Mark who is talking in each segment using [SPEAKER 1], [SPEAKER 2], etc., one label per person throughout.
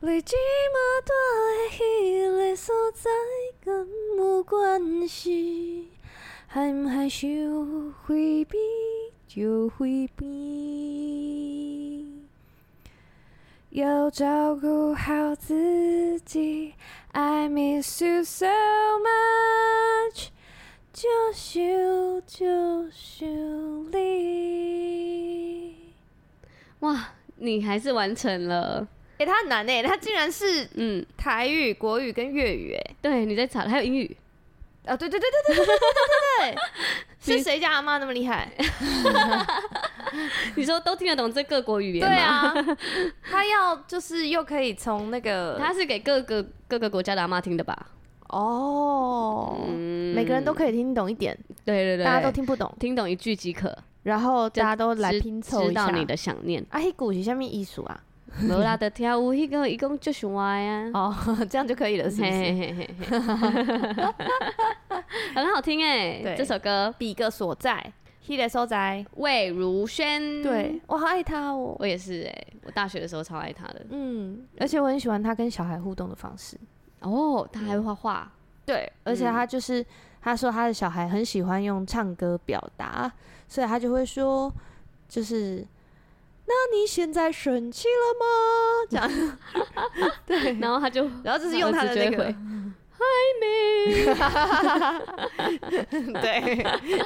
[SPEAKER 1] 你即马住的迄个所在，敢有关系？害毋害想回避就回避，要照顾好自己。I miss you so much，就想就想你。
[SPEAKER 2] 哇，你还是完成了。
[SPEAKER 1] 哎、欸，它很难哎、欸，它竟然是
[SPEAKER 2] 嗯，
[SPEAKER 1] 台语、国语跟粤语哎、
[SPEAKER 2] 对，你在查，还有英语。
[SPEAKER 1] 啊，对对对对对对对对对对， 是谁家阿妈那么厉害？
[SPEAKER 2] 你说都听得懂这各国语 言
[SPEAKER 1] 对
[SPEAKER 2] 吗？
[SPEAKER 1] 啊，他要就是又可以从那个
[SPEAKER 2] 它是给各个各个国家的阿妈听的吧？
[SPEAKER 1] 哦，
[SPEAKER 2] 嗯
[SPEAKER 1] 每个人都可以听懂一点，
[SPEAKER 2] 对对对，
[SPEAKER 1] 大家都听不懂，
[SPEAKER 2] 听懂一句即可，
[SPEAKER 1] 然后
[SPEAKER 2] 就
[SPEAKER 1] 大家都来
[SPEAKER 2] 知
[SPEAKER 1] 拼凑
[SPEAKER 2] 知
[SPEAKER 1] 一下
[SPEAKER 2] 道。你的想念。
[SPEAKER 1] 啊，迄股是下面艺术啊，
[SPEAKER 2] 无啦，的跳舞迄个一共就是我呀。
[SPEAKER 1] 哦， 这样就可以了，是不是？
[SPEAKER 2] 嘿嘿嘿嘿，很好听哎、
[SPEAKER 1] 对
[SPEAKER 2] 这首歌
[SPEAKER 1] 比个所在，迄个所在，
[SPEAKER 2] 魏如萱，
[SPEAKER 1] 对我好爱他哦。
[SPEAKER 2] 我也是哎、我大学的时候超爱她的。
[SPEAKER 1] 嗯，而且我很喜欢他跟小孩互动的方式。
[SPEAKER 2] 哦，她还会画画，
[SPEAKER 1] 对，而且他就是、他说他的小孩很喜欢用唱歌表达，所以他就会说，就是那你现在生气了吗？这样，对，
[SPEAKER 2] 然后她就
[SPEAKER 1] 然后就是用他的那个
[SPEAKER 2] 儿子就，
[SPEAKER 1] 对，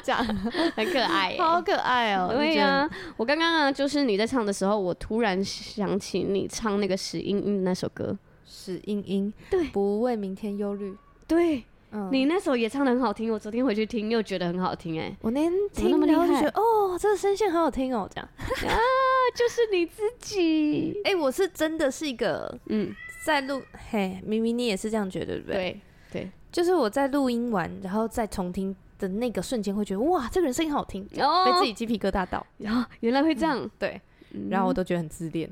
[SPEAKER 1] 这样
[SPEAKER 2] 很可爱、欸。
[SPEAKER 1] 好可爱 哦、
[SPEAKER 2] 对
[SPEAKER 1] 呀、
[SPEAKER 2] 呀、我刚刚啊，就是你在唱的时候，我突然想起你唱那个史英英的那首歌。
[SPEAKER 1] 史英英，
[SPEAKER 2] 对
[SPEAKER 1] 不为明天忧虑。
[SPEAKER 2] 对、
[SPEAKER 1] 嗯，
[SPEAKER 2] 你那首也唱的很好听，我昨天回去听又觉得很好听哎、
[SPEAKER 1] 我那天
[SPEAKER 2] 怎么
[SPEAKER 1] 听
[SPEAKER 2] 那么
[SPEAKER 1] 然后
[SPEAKER 2] 厉
[SPEAKER 1] 就
[SPEAKER 2] 害
[SPEAKER 1] 觉得，哦，这个声线很好听哦、这样。
[SPEAKER 2] 那就是你自己。
[SPEAKER 1] 哎、我是真的是一个
[SPEAKER 2] 嗯，
[SPEAKER 1] 在录，嘿，明明你也是这样觉得，对不对？
[SPEAKER 2] 对，
[SPEAKER 1] 就是我在录音完，然后再重听的那个瞬间，会觉得哇，这个人声音好听，
[SPEAKER 2] 哦
[SPEAKER 1] 被自己鸡皮疙瘩到。
[SPEAKER 2] 然后原来会这样，
[SPEAKER 1] 对，
[SPEAKER 2] 嗯
[SPEAKER 1] 然后我都觉得很自恋，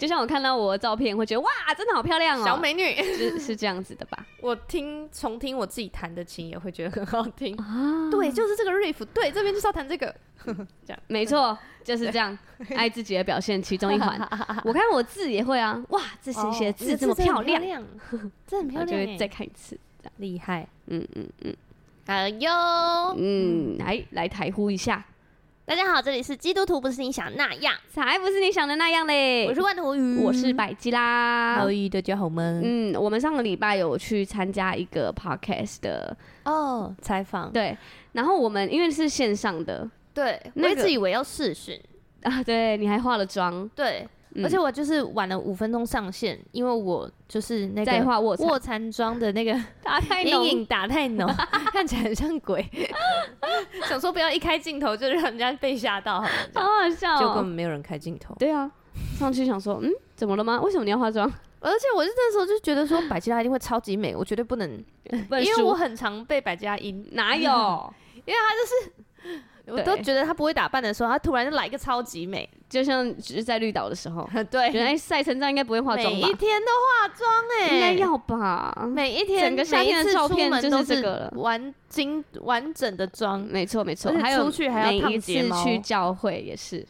[SPEAKER 2] 就像我看到我的照片，会觉得哇，真的好 漂亮哦、
[SPEAKER 1] 小美女。
[SPEAKER 2] 是是这样子的 吧？
[SPEAKER 1] 我听重听我自己弹的琴，也会觉得很好听。
[SPEAKER 2] 啊，
[SPEAKER 1] 对，就是这个 riff，对，这边就是要弹这个。
[SPEAKER 2] 没错，就是这样，爱自己的表现其中 一环。我看我字也会啊，哇，这
[SPEAKER 1] 哦
[SPEAKER 2] 谁写的
[SPEAKER 1] 你
[SPEAKER 2] 字
[SPEAKER 1] 的
[SPEAKER 2] 这么
[SPEAKER 1] 真的
[SPEAKER 2] 漂
[SPEAKER 1] 很
[SPEAKER 2] 亮？
[SPEAKER 1] 亮，这很
[SPEAKER 2] 然
[SPEAKER 1] 漂
[SPEAKER 2] 后就
[SPEAKER 1] 亮
[SPEAKER 2] 会
[SPEAKER 1] 欸，
[SPEAKER 2] 再看一次。
[SPEAKER 1] 厉害。
[SPEAKER 2] 嗯嗯嗯
[SPEAKER 1] 哎呦，
[SPEAKER 2] 嗯，来来台呼一下，
[SPEAKER 1] 大家好，这里是基督徒不是你想那样，
[SPEAKER 2] 才不是你想的那样嘞。
[SPEAKER 1] 万图宇
[SPEAKER 2] 我是百吉啦。
[SPEAKER 1] 咦，大家好吗？
[SPEAKER 2] 嗯，我们上个礼拜有去参加一个 podcast 的，
[SPEAKER 1] 哦，采访，
[SPEAKER 2] 对，然后我们因为是线上的
[SPEAKER 1] 对，
[SPEAKER 2] 那
[SPEAKER 1] 我一
[SPEAKER 2] 个
[SPEAKER 1] 直以为要试训，
[SPEAKER 2] 啊，对你还化了妆，
[SPEAKER 1] 对，
[SPEAKER 2] 嗯
[SPEAKER 1] 而且我就是晚了五分钟上线，因为我就是那
[SPEAKER 2] 再
[SPEAKER 1] 个
[SPEAKER 2] 化卧蚕，
[SPEAKER 1] 卧蚕妆的那 个
[SPEAKER 2] 打太浓
[SPEAKER 1] 阴，影 打太浓，看起来很像鬼。想说不要一开镜头就让人家被吓到好了，这
[SPEAKER 2] 好
[SPEAKER 1] 样
[SPEAKER 2] 好笑
[SPEAKER 1] 结果根本
[SPEAKER 2] 哦。
[SPEAKER 1] 没有人开镜头。
[SPEAKER 2] 对啊，上去想说，嗯，怎么了吗？为什么你要化 妆？
[SPEAKER 1] 而且我是那时候就觉得说百吉拉一定会超级美，我绝对不能，
[SPEAKER 2] 不能
[SPEAKER 1] 因为
[SPEAKER 2] 输
[SPEAKER 1] 我很常被百吉拉阴，
[SPEAKER 2] 哪有？
[SPEAKER 1] 我都
[SPEAKER 2] 对
[SPEAKER 1] 觉得她不会打扮的时候，她突然就来一个超级美，
[SPEAKER 2] 就像只是在绿岛的时候，
[SPEAKER 1] 对，
[SPEAKER 2] 觉得哎晒成这样应该不会化
[SPEAKER 1] 每
[SPEAKER 2] 妆吧
[SPEAKER 1] 一？天都化妆哎、
[SPEAKER 2] 应该要吧？
[SPEAKER 1] 每一天
[SPEAKER 2] 整个夏天的
[SPEAKER 1] 每一次
[SPEAKER 2] 照片
[SPEAKER 1] 出门
[SPEAKER 2] 就是
[SPEAKER 1] 都
[SPEAKER 2] 这个了
[SPEAKER 1] 完精完整的妆，
[SPEAKER 2] 没错没错，
[SPEAKER 1] 而且
[SPEAKER 2] 还有
[SPEAKER 1] 出去还要
[SPEAKER 2] 每
[SPEAKER 1] 烫
[SPEAKER 2] 一
[SPEAKER 1] 睫
[SPEAKER 2] 次
[SPEAKER 1] 毛
[SPEAKER 2] 去教会也是，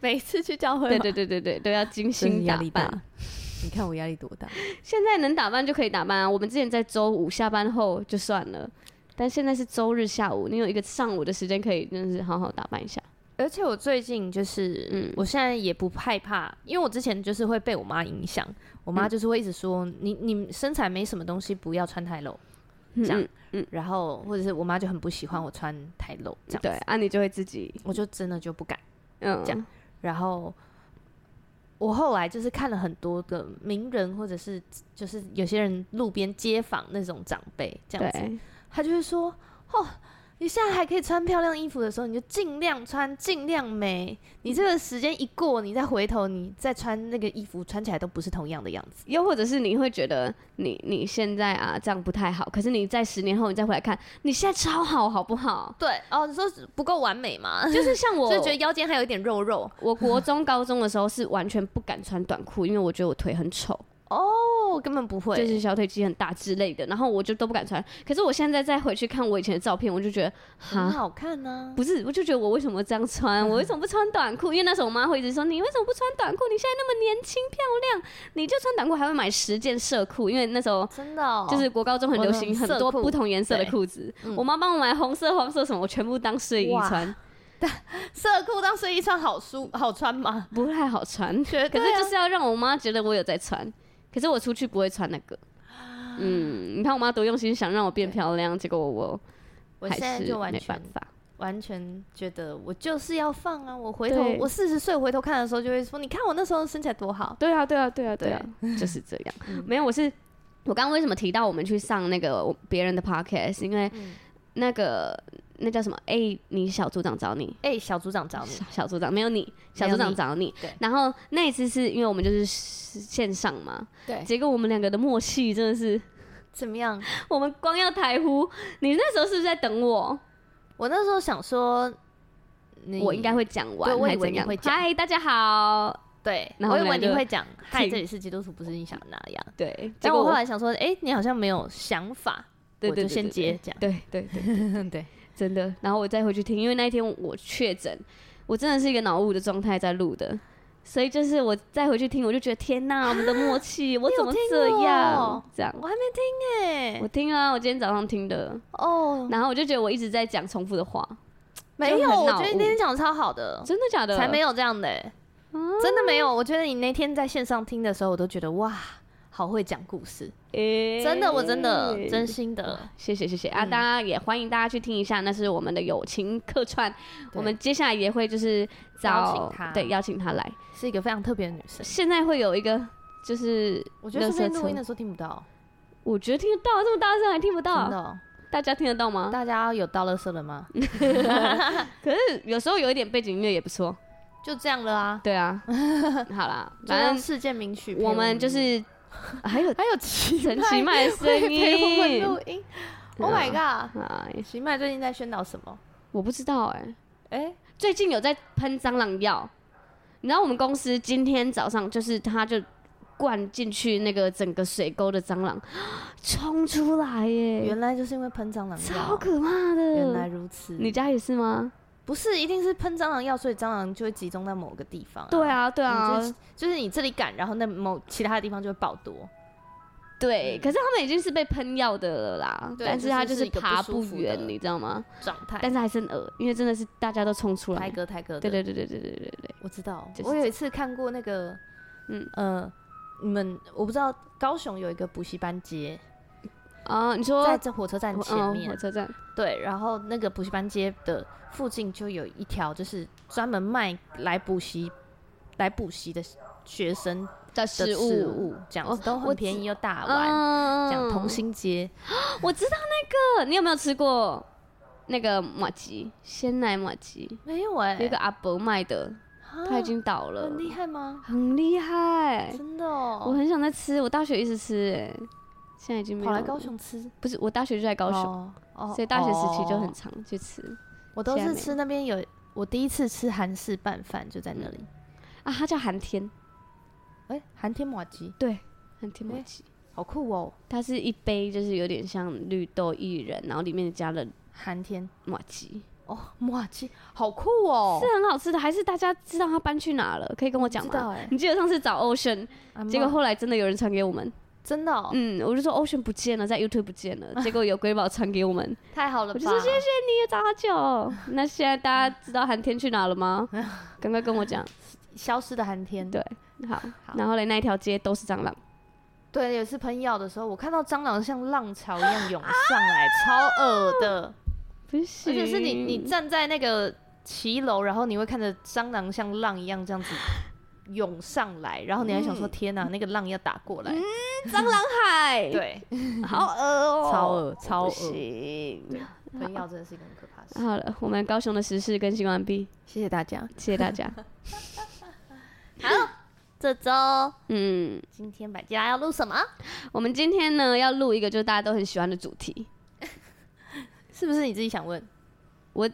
[SPEAKER 1] 每次去教会
[SPEAKER 2] 对对对对对，都要精心打扮。。
[SPEAKER 1] 你看我压力多大？
[SPEAKER 2] 现在能打扮就可以打扮啊！我们之前在周五下班后就算了，但现在是周日下午，你有一个上午的时间可以，真的是好好打扮一下。
[SPEAKER 1] 而且我最近就是，
[SPEAKER 2] 嗯
[SPEAKER 1] 我现在也不害怕，因为我之前就是会被我妈影响，我妈就是会一直说、你你身材没什么东西，不要穿太露，这样，
[SPEAKER 2] 嗯
[SPEAKER 1] 然后或者是我妈就很不喜欢我穿太露，这样，
[SPEAKER 2] 对，啊，你就会自己
[SPEAKER 1] 我就真的就不敢。
[SPEAKER 2] 嗯
[SPEAKER 1] 这样然后我后来就是看了很多的名人，或者是就是有些人路边街访那种长辈这样子，
[SPEAKER 2] 对，
[SPEAKER 1] 他就会说：“哦，你现在还可以穿漂亮衣服的时候，你就尽量穿，尽量美。你这个时间一过，你再回头，你再穿那个衣服，穿起来都不是同样的样子。
[SPEAKER 2] 又或者是你会觉得你你现在啊这样不太好，可是你在十年后你再回来看，你现在超好，好不好”？
[SPEAKER 1] 对，哦，你说不够完美 嘛？
[SPEAKER 2] 就是像我，
[SPEAKER 1] 就觉得腰间还有一点肉肉
[SPEAKER 2] 我国中、高中的时候是完全不敢穿短裤，因为我觉得我腿很丑。
[SPEAKER 1] 哦，根本不会，
[SPEAKER 2] 就是小腿肌很大之类的，然后我就都不敢穿。可是我现在再回去看我以前的照片，我就觉得
[SPEAKER 1] 很
[SPEAKER 2] 哈。
[SPEAKER 1] 好看啊呢、
[SPEAKER 2] 不是，我就觉得我为什么这样穿？我为什么不穿短裤？因为那时候我妈会一直说你为什么不穿短裤？你现在那么年轻漂亮，你就穿短裤，还会买十件社裤，因为那时候
[SPEAKER 1] 真的、哦，
[SPEAKER 2] 就是国高中很流行
[SPEAKER 1] 我懂
[SPEAKER 2] 很多
[SPEAKER 1] 色裤
[SPEAKER 2] 不同颜色的
[SPEAKER 1] 对
[SPEAKER 2] 裤子
[SPEAKER 1] 嗯，
[SPEAKER 2] 我妈帮我买红色、黄色什么，我全部当睡衣
[SPEAKER 1] 哇
[SPEAKER 2] 穿，
[SPEAKER 1] 色裤当睡衣穿好舒好穿 吗？
[SPEAKER 2] 不太好穿。
[SPEAKER 1] 绝
[SPEAKER 2] 可
[SPEAKER 1] 对、
[SPEAKER 2] 是
[SPEAKER 1] 啊，
[SPEAKER 2] 就是要让我妈觉得我有在穿，可是我出去不会穿那个。
[SPEAKER 1] 啊
[SPEAKER 2] 嗯，你看我妈多用心，想让我变漂亮，结果我
[SPEAKER 1] 我
[SPEAKER 2] 还
[SPEAKER 1] 现在
[SPEAKER 2] 是
[SPEAKER 1] 就完
[SPEAKER 2] 没办
[SPEAKER 1] 全
[SPEAKER 2] 法。
[SPEAKER 1] 完全觉得我就是要放啊！我回头
[SPEAKER 2] 对
[SPEAKER 1] 我四十岁回头看的时候，就会说，你看我那时候身材多好。
[SPEAKER 2] 对啊，对啊，对啊，对啊，就是这 样。
[SPEAKER 1] 嗯
[SPEAKER 2] 没有，我是我刚刚为什么提到我们去上那个我别人的 podcast？因为
[SPEAKER 1] 嗯
[SPEAKER 2] 那个那叫什么？哎、你小组长找你，
[SPEAKER 1] 哎、小组长找你
[SPEAKER 2] 小，小组长没有你，小
[SPEAKER 1] 没有
[SPEAKER 2] 组长
[SPEAKER 1] 你
[SPEAKER 2] 找你。
[SPEAKER 1] 对
[SPEAKER 2] 然后那一次是因为我们就是线上嘛，
[SPEAKER 1] 对，
[SPEAKER 2] 结果我们两个的默契真的是，
[SPEAKER 1] 怎么样？
[SPEAKER 2] 我们光要台呼，你那时候是不是在等我？
[SPEAKER 1] 我那时候想说，你
[SPEAKER 2] 我应该会讲完，
[SPEAKER 1] 嗯对我以
[SPEAKER 2] 还是
[SPEAKER 1] 为
[SPEAKER 2] 怎
[SPEAKER 1] 你
[SPEAKER 2] 样
[SPEAKER 1] 会讲
[SPEAKER 2] 嗨，大家好。
[SPEAKER 1] 对，
[SPEAKER 2] 然后
[SPEAKER 1] 我以为
[SPEAKER 2] 我们俩
[SPEAKER 1] 你
[SPEAKER 2] 就
[SPEAKER 1] 会讲，嗨，
[SPEAKER 2] 停
[SPEAKER 1] 这里是基督徒，不是你想的那 样。
[SPEAKER 2] 对，结
[SPEAKER 1] 但
[SPEAKER 2] 果
[SPEAKER 1] 我后来想说，哎、你好像没有想法，
[SPEAKER 2] 对
[SPEAKER 1] 我
[SPEAKER 2] 对
[SPEAKER 1] 就
[SPEAKER 2] 对
[SPEAKER 1] 先
[SPEAKER 2] 对
[SPEAKER 1] 接讲。
[SPEAKER 2] 对对对，
[SPEAKER 1] 对，
[SPEAKER 2] 真的。然后我再回去听，因为那一天我确诊，我真的是一个脑雾的状态在录的，所以就是我再回去听，我就觉得 天呐，我们的默契，我怎么这样
[SPEAKER 1] 哦？
[SPEAKER 2] 这样，
[SPEAKER 1] 我还没听哎、
[SPEAKER 2] 我听啊，我今天早上听的，
[SPEAKER 1] 哦，
[SPEAKER 2] 然后我就觉得我一直在讲重复的话，
[SPEAKER 1] 没
[SPEAKER 2] 就
[SPEAKER 1] 有，
[SPEAKER 2] 很
[SPEAKER 1] 我
[SPEAKER 2] 脑
[SPEAKER 1] 觉得你
[SPEAKER 2] 雾
[SPEAKER 1] 那天讲的超好的，
[SPEAKER 2] 真的假的？
[SPEAKER 1] 哦
[SPEAKER 2] 嗯
[SPEAKER 1] 才没有这样的、欸，真的没有。我觉得你那天在线上听的时候，我都觉得哇，好会讲故事，
[SPEAKER 2] 诶，
[SPEAKER 1] 真的，我真的真心的。
[SPEAKER 2] 谢谢谢谢啊！
[SPEAKER 1] 嗯
[SPEAKER 2] 大家也欢迎大家去听一下，那是我们的友情客串。
[SPEAKER 1] 对
[SPEAKER 2] 我们接下来也会就是
[SPEAKER 1] 邀
[SPEAKER 2] 找
[SPEAKER 1] 请他
[SPEAKER 2] 对邀请他来。
[SPEAKER 1] 是一个非常特别的女生，
[SPEAKER 2] 现在会有一个就是，
[SPEAKER 1] 我觉得是
[SPEAKER 2] 垃圾
[SPEAKER 1] 不是
[SPEAKER 2] 车
[SPEAKER 1] 录音的时候听不到，
[SPEAKER 2] 我觉得听得到，这么大声还听不
[SPEAKER 1] 真
[SPEAKER 2] 到，
[SPEAKER 1] 的哦。
[SPEAKER 2] 大家听得到吗？
[SPEAKER 1] 大家有到乐色了
[SPEAKER 2] 嗯
[SPEAKER 1] 吗？
[SPEAKER 2] 可是有时候有一点背景音乐也不错。
[SPEAKER 1] 就这样了啊，
[SPEAKER 2] 对 啊，好啦，
[SPEAKER 1] 就让
[SPEAKER 2] 反正
[SPEAKER 1] 世界名曲陪
[SPEAKER 2] 我们就是
[SPEAKER 1] 录音
[SPEAKER 2] 是还有
[SPEAKER 1] 还有奇
[SPEAKER 2] 陈其 迈的 声
[SPEAKER 1] 会陪
[SPEAKER 2] 音
[SPEAKER 1] 我们录音。Oh my god！
[SPEAKER 2] 哎，
[SPEAKER 1] 奇迈最近在宣导什么？
[SPEAKER 2] 我不知道哎、
[SPEAKER 1] 哎，
[SPEAKER 2] 最近有在喷蟑螂药，你知道我们公司今天早上就是它就灌进去那个整个水沟的蟑螂， 冲出来耶，
[SPEAKER 1] 原来就是因为喷蟑螂
[SPEAKER 2] 超
[SPEAKER 1] 药，
[SPEAKER 2] 可怕
[SPEAKER 1] 原来
[SPEAKER 2] 的。
[SPEAKER 1] 如此。
[SPEAKER 2] 你家也是吗？
[SPEAKER 1] 不是一定是喷蟑螂药，所以蟑螂就会集中在某个地方。
[SPEAKER 2] 对，啊，对啊
[SPEAKER 1] 你，就是你这里赶，然后那某其他的地方就会爆多。
[SPEAKER 2] 对。可是他们已经是被喷药的了啦，
[SPEAKER 1] 对
[SPEAKER 2] 但是它
[SPEAKER 1] 这
[SPEAKER 2] 就是是
[SPEAKER 1] 一个不
[SPEAKER 2] 爬
[SPEAKER 1] 舒
[SPEAKER 2] 不
[SPEAKER 1] 服的
[SPEAKER 2] 远，你知道吗？
[SPEAKER 1] 状态。
[SPEAKER 2] 但是还是很恶，因为真的是大家都冲出
[SPEAKER 1] 泰
[SPEAKER 2] 来。
[SPEAKER 1] 哥，泰哥，
[SPEAKER 2] 啊对，对对对对对对对，
[SPEAKER 1] 我知道。
[SPEAKER 2] 就是
[SPEAKER 1] 我有一次看过那个，嗯
[SPEAKER 2] 嗯
[SPEAKER 1] 呃，你们我不知道，高雄有一个补习班街，
[SPEAKER 2] 啊，你
[SPEAKER 1] 在
[SPEAKER 2] 说
[SPEAKER 1] 这火车站
[SPEAKER 2] 我
[SPEAKER 1] 前
[SPEAKER 2] 嗯
[SPEAKER 1] 面
[SPEAKER 2] 火，车站，
[SPEAKER 1] 对，然后那个补习班街的附近就有一条，就是专门卖来补习来补习的学生
[SPEAKER 2] 的
[SPEAKER 1] 的
[SPEAKER 2] 食
[SPEAKER 1] 事物，啊这样
[SPEAKER 2] 哦
[SPEAKER 1] 子都
[SPEAKER 2] 我
[SPEAKER 1] 很
[SPEAKER 2] 知
[SPEAKER 1] 便宜又大碗，
[SPEAKER 2] 嗯
[SPEAKER 1] 这样同心街。
[SPEAKER 2] 我知道那个，你有没有吃过那个马吉鲜奶马吉？
[SPEAKER 1] 没有哎、
[SPEAKER 2] 有一个阿伯卖的，
[SPEAKER 1] 啊
[SPEAKER 2] 他已经倒了，
[SPEAKER 1] 很厉害吗？
[SPEAKER 2] 很厉害
[SPEAKER 1] 真的
[SPEAKER 2] 我
[SPEAKER 1] 哦，
[SPEAKER 2] 很想再吃，我大学一直吃、哎，现在已经没有
[SPEAKER 1] 跑
[SPEAKER 2] 了。
[SPEAKER 1] 来高雄吃，
[SPEAKER 2] 不是，我大学就在高雄，
[SPEAKER 1] 哦，哦
[SPEAKER 2] 所以大学时期就很
[SPEAKER 1] 哦
[SPEAKER 2] 常去吃。
[SPEAKER 1] 我都
[SPEAKER 2] 现在
[SPEAKER 1] 是
[SPEAKER 2] 没有
[SPEAKER 1] 吃那边有，我第一次吃韩式拌饭就在那里。
[SPEAKER 2] 啊，它叫寒天，嗯
[SPEAKER 1] 哎、韩天麻吉，
[SPEAKER 2] 对，寒天马吉，
[SPEAKER 1] 好酷哦！
[SPEAKER 2] 它是一杯就是有点像绿豆薏仁，然后里面加了
[SPEAKER 1] 韩天
[SPEAKER 2] 马吉，
[SPEAKER 1] 哦，麻吉好酷哦！
[SPEAKER 2] 是很好吃的。还是大家知道它搬去哪了？可以跟我讲
[SPEAKER 1] 知道嗯
[SPEAKER 2] 吗？
[SPEAKER 1] 哎、
[SPEAKER 2] 你记得上次找 Ocean，
[SPEAKER 1] 阿
[SPEAKER 2] 结果
[SPEAKER 1] 嬷
[SPEAKER 2] 后来真的有人传给我们，
[SPEAKER 1] 真的、哦
[SPEAKER 2] 嗯，我就说 Ocean 不见了，在 YouTube 不见 了，结果有瑰宝传给我们，
[SPEAKER 1] 太好了吧！
[SPEAKER 2] 我就说谢谢你也找好久哦。 那现在大家知道寒天去哪了 吗？赶快跟我讲。
[SPEAKER 1] 消失的寒天。
[SPEAKER 2] 对好，
[SPEAKER 1] 好
[SPEAKER 2] 然后嘞那一条街都是蟑螂，
[SPEAKER 1] 对，有一次喷药的时候，我看到蟑螂像浪潮一样涌上 来，超恶的。
[SPEAKER 2] 不行，
[SPEAKER 1] 而且是你你站在那个骑楼，然后你会看着蟑螂像浪一样这样子涌上来，然后你还想说、天哪，那个浪要打过来。
[SPEAKER 2] 蟑螂海，，
[SPEAKER 1] 对，
[SPEAKER 2] 好恶哦，
[SPEAKER 1] 超嗯恶超
[SPEAKER 2] 不
[SPEAKER 1] 恶，
[SPEAKER 2] 行。
[SPEAKER 1] 喷药真的是一个很可怕的事。
[SPEAKER 2] 好了，我们高雄的时事更新完毕，
[SPEAKER 1] 啊谢谢大家，
[SPEAKER 2] 谢谢大 家。
[SPEAKER 1] 这周
[SPEAKER 2] 嗯，
[SPEAKER 1] 今天百吉拉要录什么？
[SPEAKER 2] 我们今天呢要录一个就是大家都很喜欢的主题，
[SPEAKER 1] 是不是你自己想问？
[SPEAKER 2] 我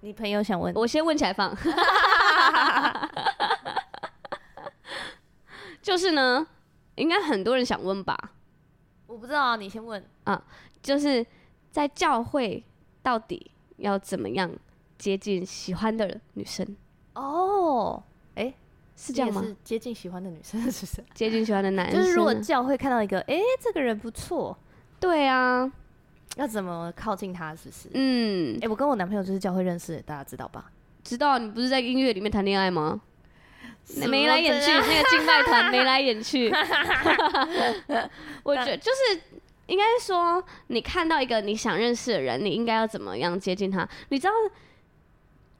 [SPEAKER 1] 你朋友想问？
[SPEAKER 2] 我先问起 来 放，就是呢，应该很多人想问吧，
[SPEAKER 1] 我不知道啊，你先问。
[SPEAKER 2] 就是在教会到底要怎么样接近喜欢的女生？
[SPEAKER 1] 哦，哎，
[SPEAKER 2] 是这样吗？
[SPEAKER 1] 是接近喜欢的女生，是不 是？
[SPEAKER 2] 接近喜欢的男生
[SPEAKER 1] 就
[SPEAKER 2] 呢，
[SPEAKER 1] 是如果教会看到一个，哎，这个人不错，
[SPEAKER 2] 对啊，
[SPEAKER 1] 要怎么靠近他？是不是？
[SPEAKER 2] 嗯，
[SPEAKER 1] 哎，我跟我男朋友就是教会认识的，大家知道吧？
[SPEAKER 2] 知道你不是在音乐里面谈恋爱吗？
[SPEAKER 1] 什么
[SPEAKER 2] 眉来眼去，
[SPEAKER 1] 这
[SPEAKER 2] 那
[SPEAKER 1] 样
[SPEAKER 2] 个敬拜团眉来眼去。 我觉得就是应该说，你看到一个你想认识的人，你应该要怎么样接近他？你知道，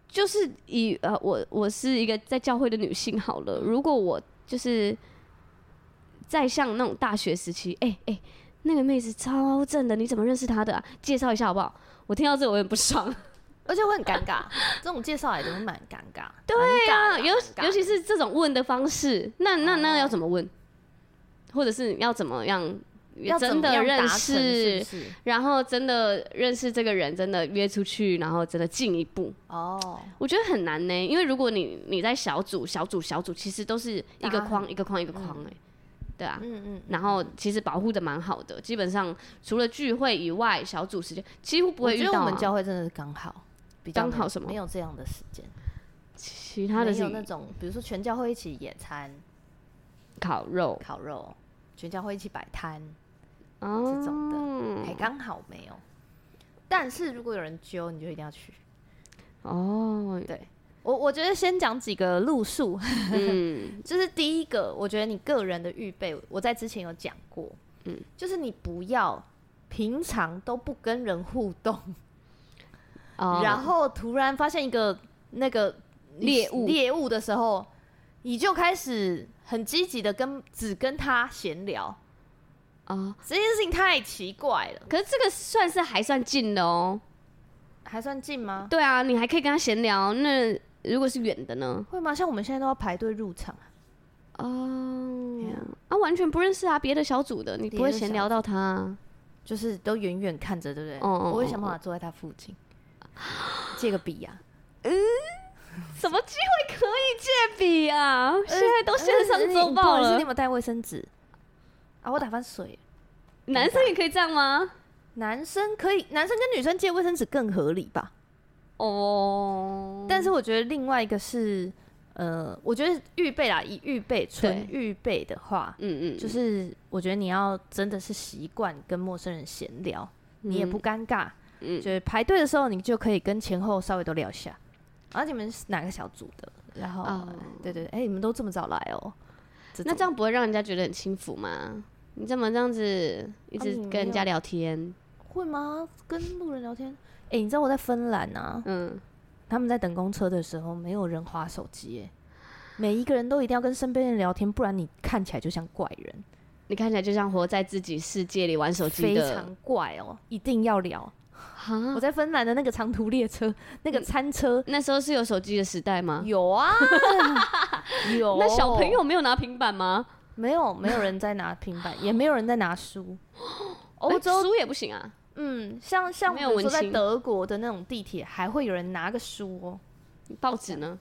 [SPEAKER 2] 就是以呃，我我是一个在教会的女性好了，如果我就是在像那种大学时期，哎、哎、那个妹子超正的，你怎么认识她的、啊？介绍一下好不好？我听到这我有点不爽。
[SPEAKER 1] 而且会很尴尬，这种介绍来的会蛮尴尬。
[SPEAKER 2] 对
[SPEAKER 1] 啊
[SPEAKER 2] 啊，尤尤其是这种问的方式，那那那
[SPEAKER 1] 哦
[SPEAKER 2] 要怎么问？或者是要怎么样
[SPEAKER 1] 要怎
[SPEAKER 2] 真
[SPEAKER 1] 么
[SPEAKER 2] 的
[SPEAKER 1] 样达
[SPEAKER 2] 认
[SPEAKER 1] 成是不，
[SPEAKER 2] 识
[SPEAKER 1] 是
[SPEAKER 2] 然后真的认识这个人，真的约出去，然后真的进一步，
[SPEAKER 1] 哦，
[SPEAKER 2] 我觉得很难呢。因为如果你你在小组、小组、小组，其实都是一个
[SPEAKER 1] 答案
[SPEAKER 2] 框一个框一个框，哎，对啊。
[SPEAKER 1] 嗯嗯，
[SPEAKER 2] 然后其实保护的蛮好的，基本上除了聚会以外，小组时间几乎不
[SPEAKER 1] 我
[SPEAKER 2] 会
[SPEAKER 1] 觉
[SPEAKER 2] 遇
[SPEAKER 1] 得
[SPEAKER 2] 到
[SPEAKER 1] 我
[SPEAKER 2] 啊、
[SPEAKER 1] 们教会真的是刚好，比较
[SPEAKER 2] 刚
[SPEAKER 1] 没
[SPEAKER 2] 好
[SPEAKER 1] 有
[SPEAKER 2] 什么
[SPEAKER 1] 没有这样的时间，
[SPEAKER 2] 其他的
[SPEAKER 1] 没
[SPEAKER 2] 是
[SPEAKER 1] 有那种比如说全教会一起野餐、
[SPEAKER 2] 烤肉
[SPEAKER 1] 烤肉，全教会一起摆摊，
[SPEAKER 2] 哦
[SPEAKER 1] 这种的还刚好没有。但是如果有人揪，你就一定要去。
[SPEAKER 2] 哦，
[SPEAKER 1] 嗯我我觉得先讲几个路数，
[SPEAKER 2] 嗯，
[SPEAKER 1] 就是第一个，我觉得你个人的预备，我在之前有讲过，嗯，就是你不要平常都不跟人互动，
[SPEAKER 2] 哦
[SPEAKER 1] 然后突然发现一个那个
[SPEAKER 2] 猎物
[SPEAKER 1] 猎物的时候，你就开始很积极的跟只跟他闲聊，
[SPEAKER 2] 哦，
[SPEAKER 1] 这件事情太奇怪了，
[SPEAKER 2] 可是这个算是还算近的哦。
[SPEAKER 1] 还算近吗？
[SPEAKER 2] 对啊，你还可以跟他闲聊。那如果是远的呢？
[SPEAKER 1] 会吗？像我们现在都要排队入场，
[SPEAKER 2] 哦
[SPEAKER 1] 对啊，
[SPEAKER 2] 啊，完全不认识啊，别的小组的，你不会
[SPEAKER 1] 别的
[SPEAKER 2] 闲聊
[SPEAKER 1] 小组
[SPEAKER 2] 到他啊。
[SPEAKER 1] 就是都远远看着，对不对？
[SPEAKER 2] 哦哦
[SPEAKER 1] 我会想办法坐在他附近，
[SPEAKER 2] 嗯
[SPEAKER 1] 借个笔啊呀、
[SPEAKER 2] 什么机会可以借笔啊？ 现在都线上周
[SPEAKER 1] 哎不
[SPEAKER 2] 报
[SPEAKER 1] 好意思你
[SPEAKER 2] 了
[SPEAKER 1] 有没，有带卫生纸？啊，我打翻水。
[SPEAKER 2] 男生也可以这样吗？
[SPEAKER 1] 男生可以，男生跟女生借卫生纸更合理吧？
[SPEAKER 2] 哦，
[SPEAKER 1] 但是我觉得另外一个是，呃，我觉得预备啦，以预备纯预备的话，
[SPEAKER 2] 嗯嗯，
[SPEAKER 1] 就是是我觉得你要真的是习惯跟陌生人闲聊，你也不尴尬，
[SPEAKER 2] 嗯
[SPEAKER 1] 就是排队的时候你就可以跟前后稍微都聊一下，啊，你们是哪个小组的？然后，
[SPEAKER 2] 哦
[SPEAKER 1] 对对，对哎、你们都这么早来哦、
[SPEAKER 2] 那
[SPEAKER 1] 种
[SPEAKER 2] 这样不会让人家觉得很轻浮吗？你怎么这样子一
[SPEAKER 1] 啊
[SPEAKER 2] 直
[SPEAKER 1] 你没
[SPEAKER 2] 跟人家
[SPEAKER 1] 有
[SPEAKER 2] 聊天？
[SPEAKER 1] 会吗？跟路人聊天？哎、你知道我在芬兰啊，
[SPEAKER 2] 嗯，
[SPEAKER 1] 他们在等公车的时候，没有人划手机、哎，每一个人都一定要跟身边人聊天，不然你看起来就像怪人。
[SPEAKER 2] 你看起来就像活在自己世界里玩手机
[SPEAKER 1] 非
[SPEAKER 2] 的，
[SPEAKER 1] 常怪哦，一定要聊。
[SPEAKER 2] 哈
[SPEAKER 1] 我在芬兰的那个长途列车，那个餐车
[SPEAKER 2] 那时候是有手机的时代吗？
[SPEAKER 1] 有嗯 啊，有。
[SPEAKER 2] 那小朋友没有拿平板吗？
[SPEAKER 1] 没有，没有人在拿平板，也没有人在拿书。欧
[SPEAKER 2] 哎
[SPEAKER 1] 洲，
[SPEAKER 2] 书也不行啊，
[SPEAKER 1] 嗯，像像
[SPEAKER 2] 没
[SPEAKER 1] 比
[SPEAKER 2] 有
[SPEAKER 1] 如说
[SPEAKER 2] 文
[SPEAKER 1] 在
[SPEAKER 2] 青
[SPEAKER 1] 德国的那种地铁，还会有人拿个书哦，
[SPEAKER 2] 报纸呢？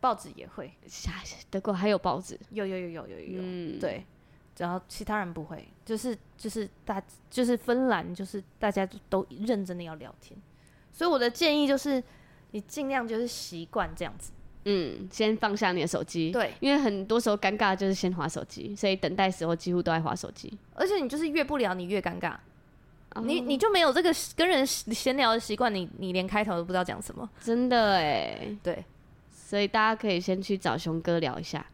[SPEAKER 1] 报纸也会，
[SPEAKER 2] 啊德国还有报纸，
[SPEAKER 1] 有有有有有有有，
[SPEAKER 2] 嗯，，
[SPEAKER 1] 对。然后其他人不会，就是就是大就是芬兰，就是大家都认真的要聊天，所以我的建议就是，你尽量就是习惯这样子。
[SPEAKER 2] 嗯，先放下你的手机，，
[SPEAKER 1] 对，
[SPEAKER 2] 因为很多时候尴尬就是先划手机，所以等待时候几乎都在划手机。
[SPEAKER 1] 而且你就是越不聊，你越尴尬，
[SPEAKER 2] 哦
[SPEAKER 1] 你你就没有这个跟人闲聊的习惯，你你连开头都不知道讲什么。
[SPEAKER 2] 真的哎，
[SPEAKER 1] 对，
[SPEAKER 2] 所以大家可以先去找熊哥聊 一下，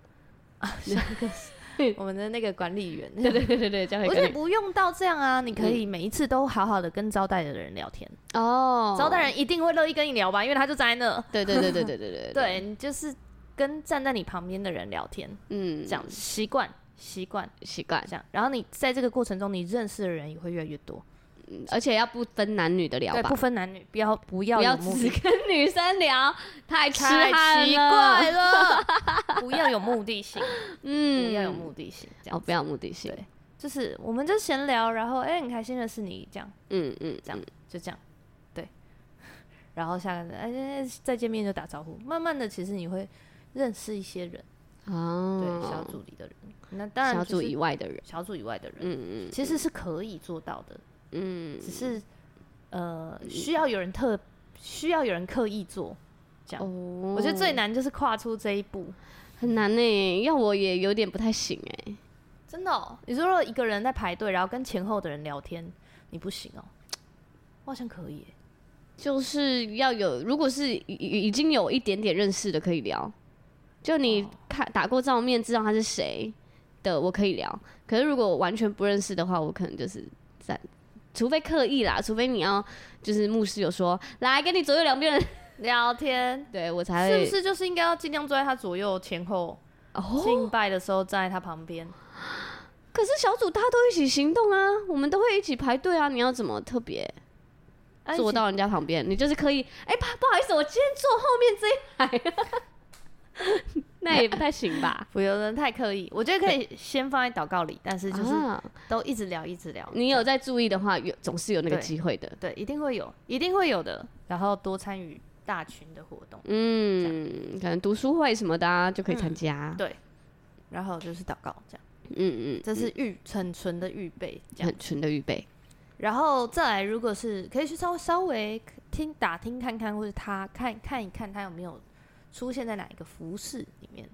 [SPEAKER 1] 我们的那个管理员，
[SPEAKER 2] 对对对对对，这 样
[SPEAKER 1] 我
[SPEAKER 2] 会
[SPEAKER 1] 觉得
[SPEAKER 2] 更
[SPEAKER 1] 不用到这样啊，你可以每一次都好好的跟招待的人聊天，
[SPEAKER 2] 哦，
[SPEAKER 1] 招待，人一定会乐意跟你聊吧，因为他就站在那，
[SPEAKER 2] 对对对对对对对，
[SPEAKER 1] 对你就是跟站在你旁边的人聊天，
[SPEAKER 2] 嗯，啊
[SPEAKER 1] 这样子习惯习惯
[SPEAKER 2] 习惯，
[SPEAKER 1] 这样，然后你在这个过程中，你认识的人也会越来越多，
[SPEAKER 2] 嗯而且要不分男女的聊
[SPEAKER 1] 对，
[SPEAKER 2] 吧
[SPEAKER 1] 不，分男女，不要不要
[SPEAKER 2] 不要
[SPEAKER 1] 有目
[SPEAKER 2] 只
[SPEAKER 1] 的
[SPEAKER 2] 跟女生聊，太痴
[SPEAKER 1] 太
[SPEAKER 2] 汉
[SPEAKER 1] 奇
[SPEAKER 2] 了
[SPEAKER 1] 怪了， 不要有目的性。
[SPEAKER 2] 嗯，
[SPEAKER 1] 不要有目的性，这样
[SPEAKER 2] 哦，
[SPEAKER 1] 子
[SPEAKER 2] 不要有目的性，
[SPEAKER 1] 对就是我们就闲聊，然后哎、很开心认识你，这样
[SPEAKER 2] 嗯嗯，
[SPEAKER 1] 这样就这样，对。 然后下个哎、哎再见面就打招呼，慢慢的其实你会认识一些人，
[SPEAKER 2] 哦，
[SPEAKER 1] 对小组里的人，那当然
[SPEAKER 2] 小
[SPEAKER 1] 就
[SPEAKER 2] 组
[SPEAKER 1] 是
[SPEAKER 2] 以外的人。
[SPEAKER 1] 小组以外的人，
[SPEAKER 2] 嗯嗯
[SPEAKER 1] 其实是可以做到的，
[SPEAKER 2] 嗯，
[SPEAKER 1] 只是呃需要有人特需要有人刻意做。
[SPEAKER 2] 哦，
[SPEAKER 1] 我觉得最难就是跨出这一步，
[SPEAKER 2] 很难呢、要我也有点不太行哎、
[SPEAKER 1] 真的、哦。你说如果一个人在排队，然后跟前后的人聊天，你不行哦，我好像可以耶。
[SPEAKER 2] 就是要有，如果是已已已经有一点点认识的可以聊，就你
[SPEAKER 1] 哦
[SPEAKER 2] 看打过照面知道他是谁的，我可以聊。可是如果完全不认识的话，我可能就是在，除非刻意啦，除非你要就是牧师有说来跟你左右两边人，
[SPEAKER 1] 聊天
[SPEAKER 2] 对我才
[SPEAKER 1] 是
[SPEAKER 2] 会
[SPEAKER 1] 不是就是应该要尽量坐在他左右前后，
[SPEAKER 2] 哦。
[SPEAKER 1] 敬拜的时候站在他旁边？
[SPEAKER 2] 可是小组大家都一起行动啊，我们都会一起排队啊，你要怎么特别？
[SPEAKER 1] 啊
[SPEAKER 2] 坐到人家旁边，你就是刻意，哎、不不好意思，我今天坐后面这一排， 那也不太行吧？
[SPEAKER 1] 不用人太刻意，我觉得可以先放在祷告里，但是 就是
[SPEAKER 2] 啊、
[SPEAKER 1] 都一直聊，一直聊。
[SPEAKER 2] 你有在注意的话，有总是有那个
[SPEAKER 1] 对
[SPEAKER 2] 机会的。
[SPEAKER 1] 对，一定会有，一定会有的。然后多参与大群的活动，
[SPEAKER 2] 嗯，可能读书会什么的、啊、就可以参加。
[SPEAKER 1] 对然后就是祷告这样，
[SPEAKER 2] 嗯嗯，
[SPEAKER 1] 这是预很纯的预备这样。
[SPEAKER 2] 很纯的预备。
[SPEAKER 1] 然后再来，如果是可以去稍稍微听打听看看，或者他看看一看他有没有出现在哪一个服饰里面，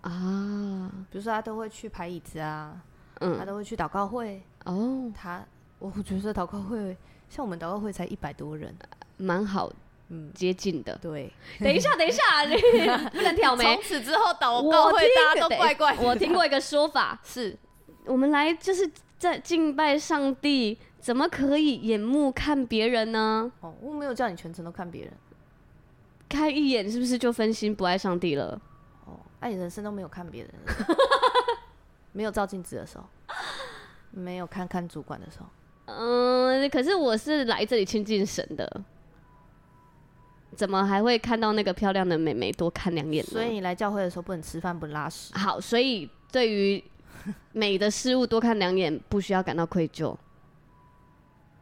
[SPEAKER 2] 啊，
[SPEAKER 1] 比如说他都会去排椅子啊，他
[SPEAKER 2] 嗯，
[SPEAKER 1] 都会去祷告会，
[SPEAKER 2] 哦，
[SPEAKER 1] 他我觉得祷告会像我们祷告会才一百多人，
[SPEAKER 2] 蛮好
[SPEAKER 1] 嗯，。
[SPEAKER 2] 接近 的
[SPEAKER 1] 对。
[SPEAKER 2] 等一下，等一下，你不能挑眉
[SPEAKER 1] 从。此之后祷
[SPEAKER 2] 我
[SPEAKER 1] 告会
[SPEAKER 2] 听
[SPEAKER 1] 大家都
[SPEAKER 2] 对
[SPEAKER 1] 怪怪的，
[SPEAKER 2] 我听过一个说法，
[SPEAKER 1] 是
[SPEAKER 2] 我们来就是在敬拜上帝，怎么可以眼目看别人呢？
[SPEAKER 1] 哦，我没有叫你全程都看别人。
[SPEAKER 2] 看一眼是不是就分心不爱上帝了？
[SPEAKER 1] 哦，那、你人生都没有看别人的时候，没有照镜子的时候，没有看看主管的时候，
[SPEAKER 2] 嗯，可是我是来这里亲近神的，怎么还会看到那个漂亮的美眉多看两眼呢？
[SPEAKER 1] 所以你来教会的时候不能吃饭，不能拉屎。
[SPEAKER 2] 好，所以对于美的事物多看两眼，不需要感到愧疚，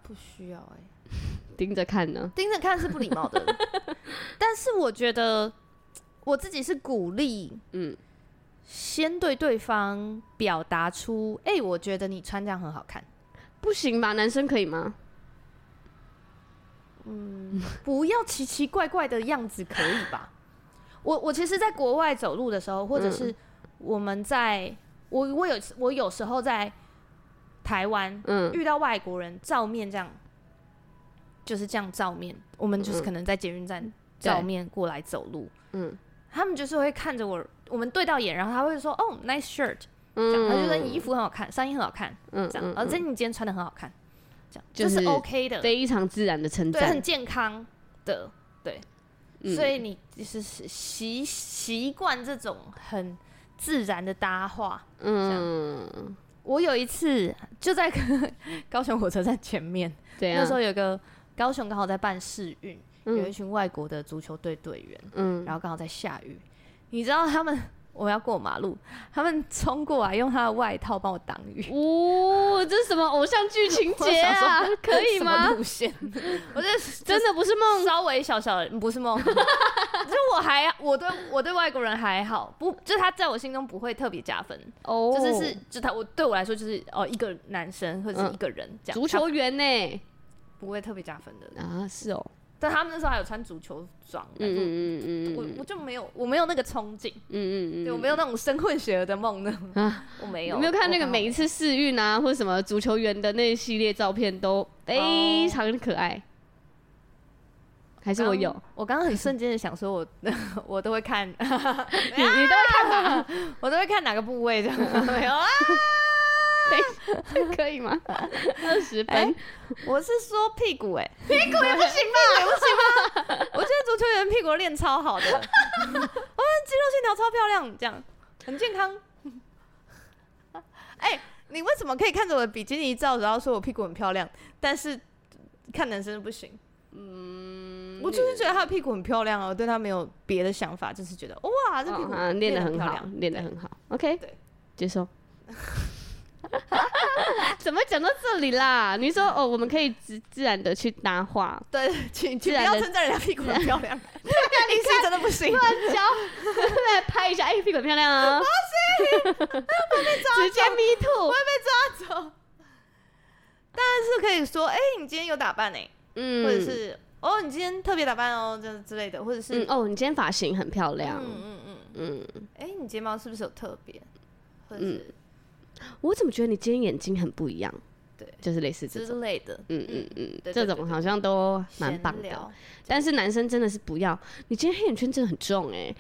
[SPEAKER 1] 不需要哎、
[SPEAKER 2] 盯着看呢。
[SPEAKER 1] 盯着看是不礼貌的。但是我觉得我自己是鼓励，
[SPEAKER 2] 嗯
[SPEAKER 1] 嗯，先对对方表达出，哎、我觉得你穿这样很好看，
[SPEAKER 2] 不行吧？男生可以吗？
[SPEAKER 1] 不要奇奇怪怪的样子，可以吧？我我其实，在国外走路的时候，
[SPEAKER 2] 嗯
[SPEAKER 1] 或者是我们在我我有我有时候在台湾
[SPEAKER 2] 嗯
[SPEAKER 1] 遇到外国人照面这样，就是这样照面，我们就是可能在捷运站照面过来走路，
[SPEAKER 2] 嗯
[SPEAKER 1] 他们就是会看着我，我们对到眼，然后他会说哦，nice shirt，这样，
[SPEAKER 2] 嗯，
[SPEAKER 1] 他就说你衣服很好看，上衣很好看，
[SPEAKER 2] 嗯
[SPEAKER 1] 这样，而且你今天穿的很好看，这样
[SPEAKER 2] 就
[SPEAKER 1] 这是
[SPEAKER 2] 是
[SPEAKER 1] OK 的，
[SPEAKER 2] 非常自然的称
[SPEAKER 1] 对，很
[SPEAKER 2] 赞，
[SPEAKER 1] 健康的，
[SPEAKER 2] 嗯
[SPEAKER 1] 所以你就是习习惯这种很自然的搭话。
[SPEAKER 2] 嗯，
[SPEAKER 1] 我有一次就在 高雄火车站前面，
[SPEAKER 2] 对啊，
[SPEAKER 1] 那时候有个高雄刚好在办世运，有
[SPEAKER 2] 嗯
[SPEAKER 1] 一群外国的足球队队员，
[SPEAKER 2] 嗯，
[SPEAKER 1] 然后刚好在下雨，你知道他们我们要过马路，他们冲过来用他的外套帮我挡雨。
[SPEAKER 2] 哦，这是什么偶像剧情节啊
[SPEAKER 1] 我想？说
[SPEAKER 2] 可 以
[SPEAKER 1] 什么
[SPEAKER 2] 吗？
[SPEAKER 1] 路线？我觉得
[SPEAKER 2] 真的不是梦。
[SPEAKER 1] 稍微小小的，不是 梦。就我还我对我对外国人还好，不就他在我心中不会特别加分，
[SPEAKER 2] 哦
[SPEAKER 1] 就是是就他我对我来说就是哦一个男生或者是一个人这样，
[SPEAKER 2] 足球员呢、
[SPEAKER 1] 他不会特别加分的。
[SPEAKER 2] 啊，是哦，
[SPEAKER 1] 但他们那时候还有穿足球装，但是
[SPEAKER 2] 嗯嗯嗯
[SPEAKER 1] 我
[SPEAKER 2] 嗯
[SPEAKER 1] 我就没有我没有那个憧憬，
[SPEAKER 2] 嗯嗯
[SPEAKER 1] 对我没有那种生混血儿的梦呢，
[SPEAKER 2] 啊
[SPEAKER 1] 我没
[SPEAKER 2] 嗯，
[SPEAKER 1] 有。
[SPEAKER 2] 有没有看那个
[SPEAKER 1] 我
[SPEAKER 2] 每一次试运啊，或者什么足球员的那一系列照片都非常可爱？还是
[SPEAKER 1] 刚
[SPEAKER 2] 我有？，
[SPEAKER 1] 我刚刚很瞬间的想说我， 我都会看， 你
[SPEAKER 2] 你
[SPEAKER 1] 你都会看哪？ 我都会看哪个部位这 样？没有啊，
[SPEAKER 2] 可 以吗？二十
[SPEAKER 1] 哎
[SPEAKER 2] 分，
[SPEAKER 1] 我是说屁股哎、屁股也不行吧？不行吧？ 我觉得足球员屁股练超好的，我们肌肉线条超漂亮，这样很健康。 哎、你为什么可以看着我的比基尼照，然后说我屁股很漂亮，但是看男生不行？
[SPEAKER 2] 嗯，
[SPEAKER 1] 我就是觉得他的屁股很漂亮啊，我对他没有别的想法，就是觉得哇，这屁股
[SPEAKER 2] 哦啊练
[SPEAKER 1] 嗯得
[SPEAKER 2] 得很
[SPEAKER 1] 漂
[SPEAKER 2] 好
[SPEAKER 1] 亮，
[SPEAKER 2] 练得很好。OK，
[SPEAKER 1] 对
[SPEAKER 2] 接受。 怎么讲到这里啦？你说哦，我们可以自自然的去 搭话，
[SPEAKER 1] 对，请
[SPEAKER 2] 自
[SPEAKER 1] 请不
[SPEAKER 2] 然
[SPEAKER 1] 要
[SPEAKER 2] 的
[SPEAKER 1] 称赞人家屁股很漂 亮，对啊，你是真的不行，
[SPEAKER 2] 乱教，来拍一下，哎，屁股很漂亮啊，不 直接 me too，
[SPEAKER 1] 走。当然是可以说，哎、你今天有打扮哎、
[SPEAKER 2] 嗯，
[SPEAKER 1] 或者是哦，你今天特别打扮哦，这之类的，或者是
[SPEAKER 2] 嗯哦，你今天发型很漂亮，
[SPEAKER 1] 嗯嗯嗯，
[SPEAKER 2] 嗯，
[SPEAKER 1] 哎、你睫毛是不是有特别？或者是
[SPEAKER 2] 我怎么觉得你今天眼睛很不一样？
[SPEAKER 1] 对
[SPEAKER 2] 就是类似这种，
[SPEAKER 1] 之类的，
[SPEAKER 2] 嗯嗯嗯，
[SPEAKER 1] 对对
[SPEAKER 2] 这
[SPEAKER 1] 对
[SPEAKER 2] 种
[SPEAKER 1] 对
[SPEAKER 2] 好像都蛮
[SPEAKER 1] 闲
[SPEAKER 2] 棒的。
[SPEAKER 1] 聊。
[SPEAKER 2] 但是男生真的是不要，你今天黑眼圈真的很重哎、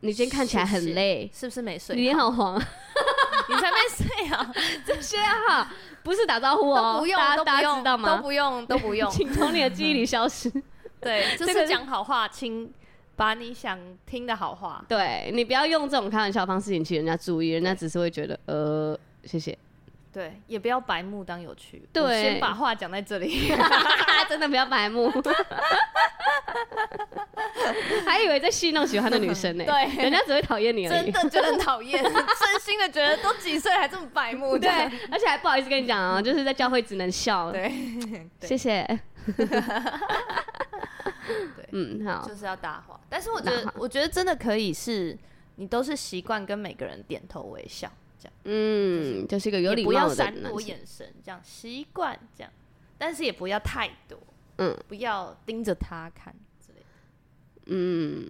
[SPEAKER 2] 你今天看起来
[SPEAKER 1] 谢谢
[SPEAKER 2] 很累，
[SPEAKER 1] 是不是没睡？
[SPEAKER 2] 你脸好黄，
[SPEAKER 1] 你才没 睡啊！
[SPEAKER 2] 这些哈、不是打招呼哦，
[SPEAKER 1] 都不用
[SPEAKER 2] 大，家
[SPEAKER 1] 都
[SPEAKER 2] 大
[SPEAKER 1] 不
[SPEAKER 2] 家知
[SPEAKER 1] 用，
[SPEAKER 2] 道
[SPEAKER 1] 都
[SPEAKER 2] 吗？
[SPEAKER 1] 不用，都不用。
[SPEAKER 2] 请从你的记忆里 消失。
[SPEAKER 1] 对，就
[SPEAKER 2] 这个
[SPEAKER 1] 是讲好话，请把你想听的好话。
[SPEAKER 2] 对你不要用这种开玩笑的方式引起人家注意，人家只是会觉得呃，谢谢，
[SPEAKER 1] 对，也不要白目当有趣。
[SPEAKER 2] 对
[SPEAKER 1] 我先把话讲在这里。
[SPEAKER 2] 真的不要白目， 还以为在戏弄喜欢的女生 呢、
[SPEAKER 1] 对
[SPEAKER 2] 人家只会讨厌你而
[SPEAKER 1] 真
[SPEAKER 2] 已。
[SPEAKER 1] 的觉得很讨 厌，真心的觉得都几岁了还这么白目。
[SPEAKER 2] 对， 而且还不好意思跟你讲啊，就是在教会只能笑，
[SPEAKER 1] 对对
[SPEAKER 2] 谢谢。
[SPEAKER 1] 对
[SPEAKER 2] 嗯，好
[SPEAKER 1] 就，是要搭话。但是我觉
[SPEAKER 2] 搭
[SPEAKER 1] 得，我觉得真的可以是，你都是习惯跟每个人点头微笑，这样
[SPEAKER 2] 嗯，就是一个有
[SPEAKER 1] 也
[SPEAKER 2] 礼
[SPEAKER 1] 不要
[SPEAKER 2] 貌的啊
[SPEAKER 1] 闪
[SPEAKER 2] 男
[SPEAKER 1] 躲
[SPEAKER 2] 生。
[SPEAKER 1] 眼神，这样习惯这样，但是也不要太多，
[SPEAKER 2] 嗯，
[SPEAKER 1] 不要盯着他看之类的。
[SPEAKER 2] 嗯，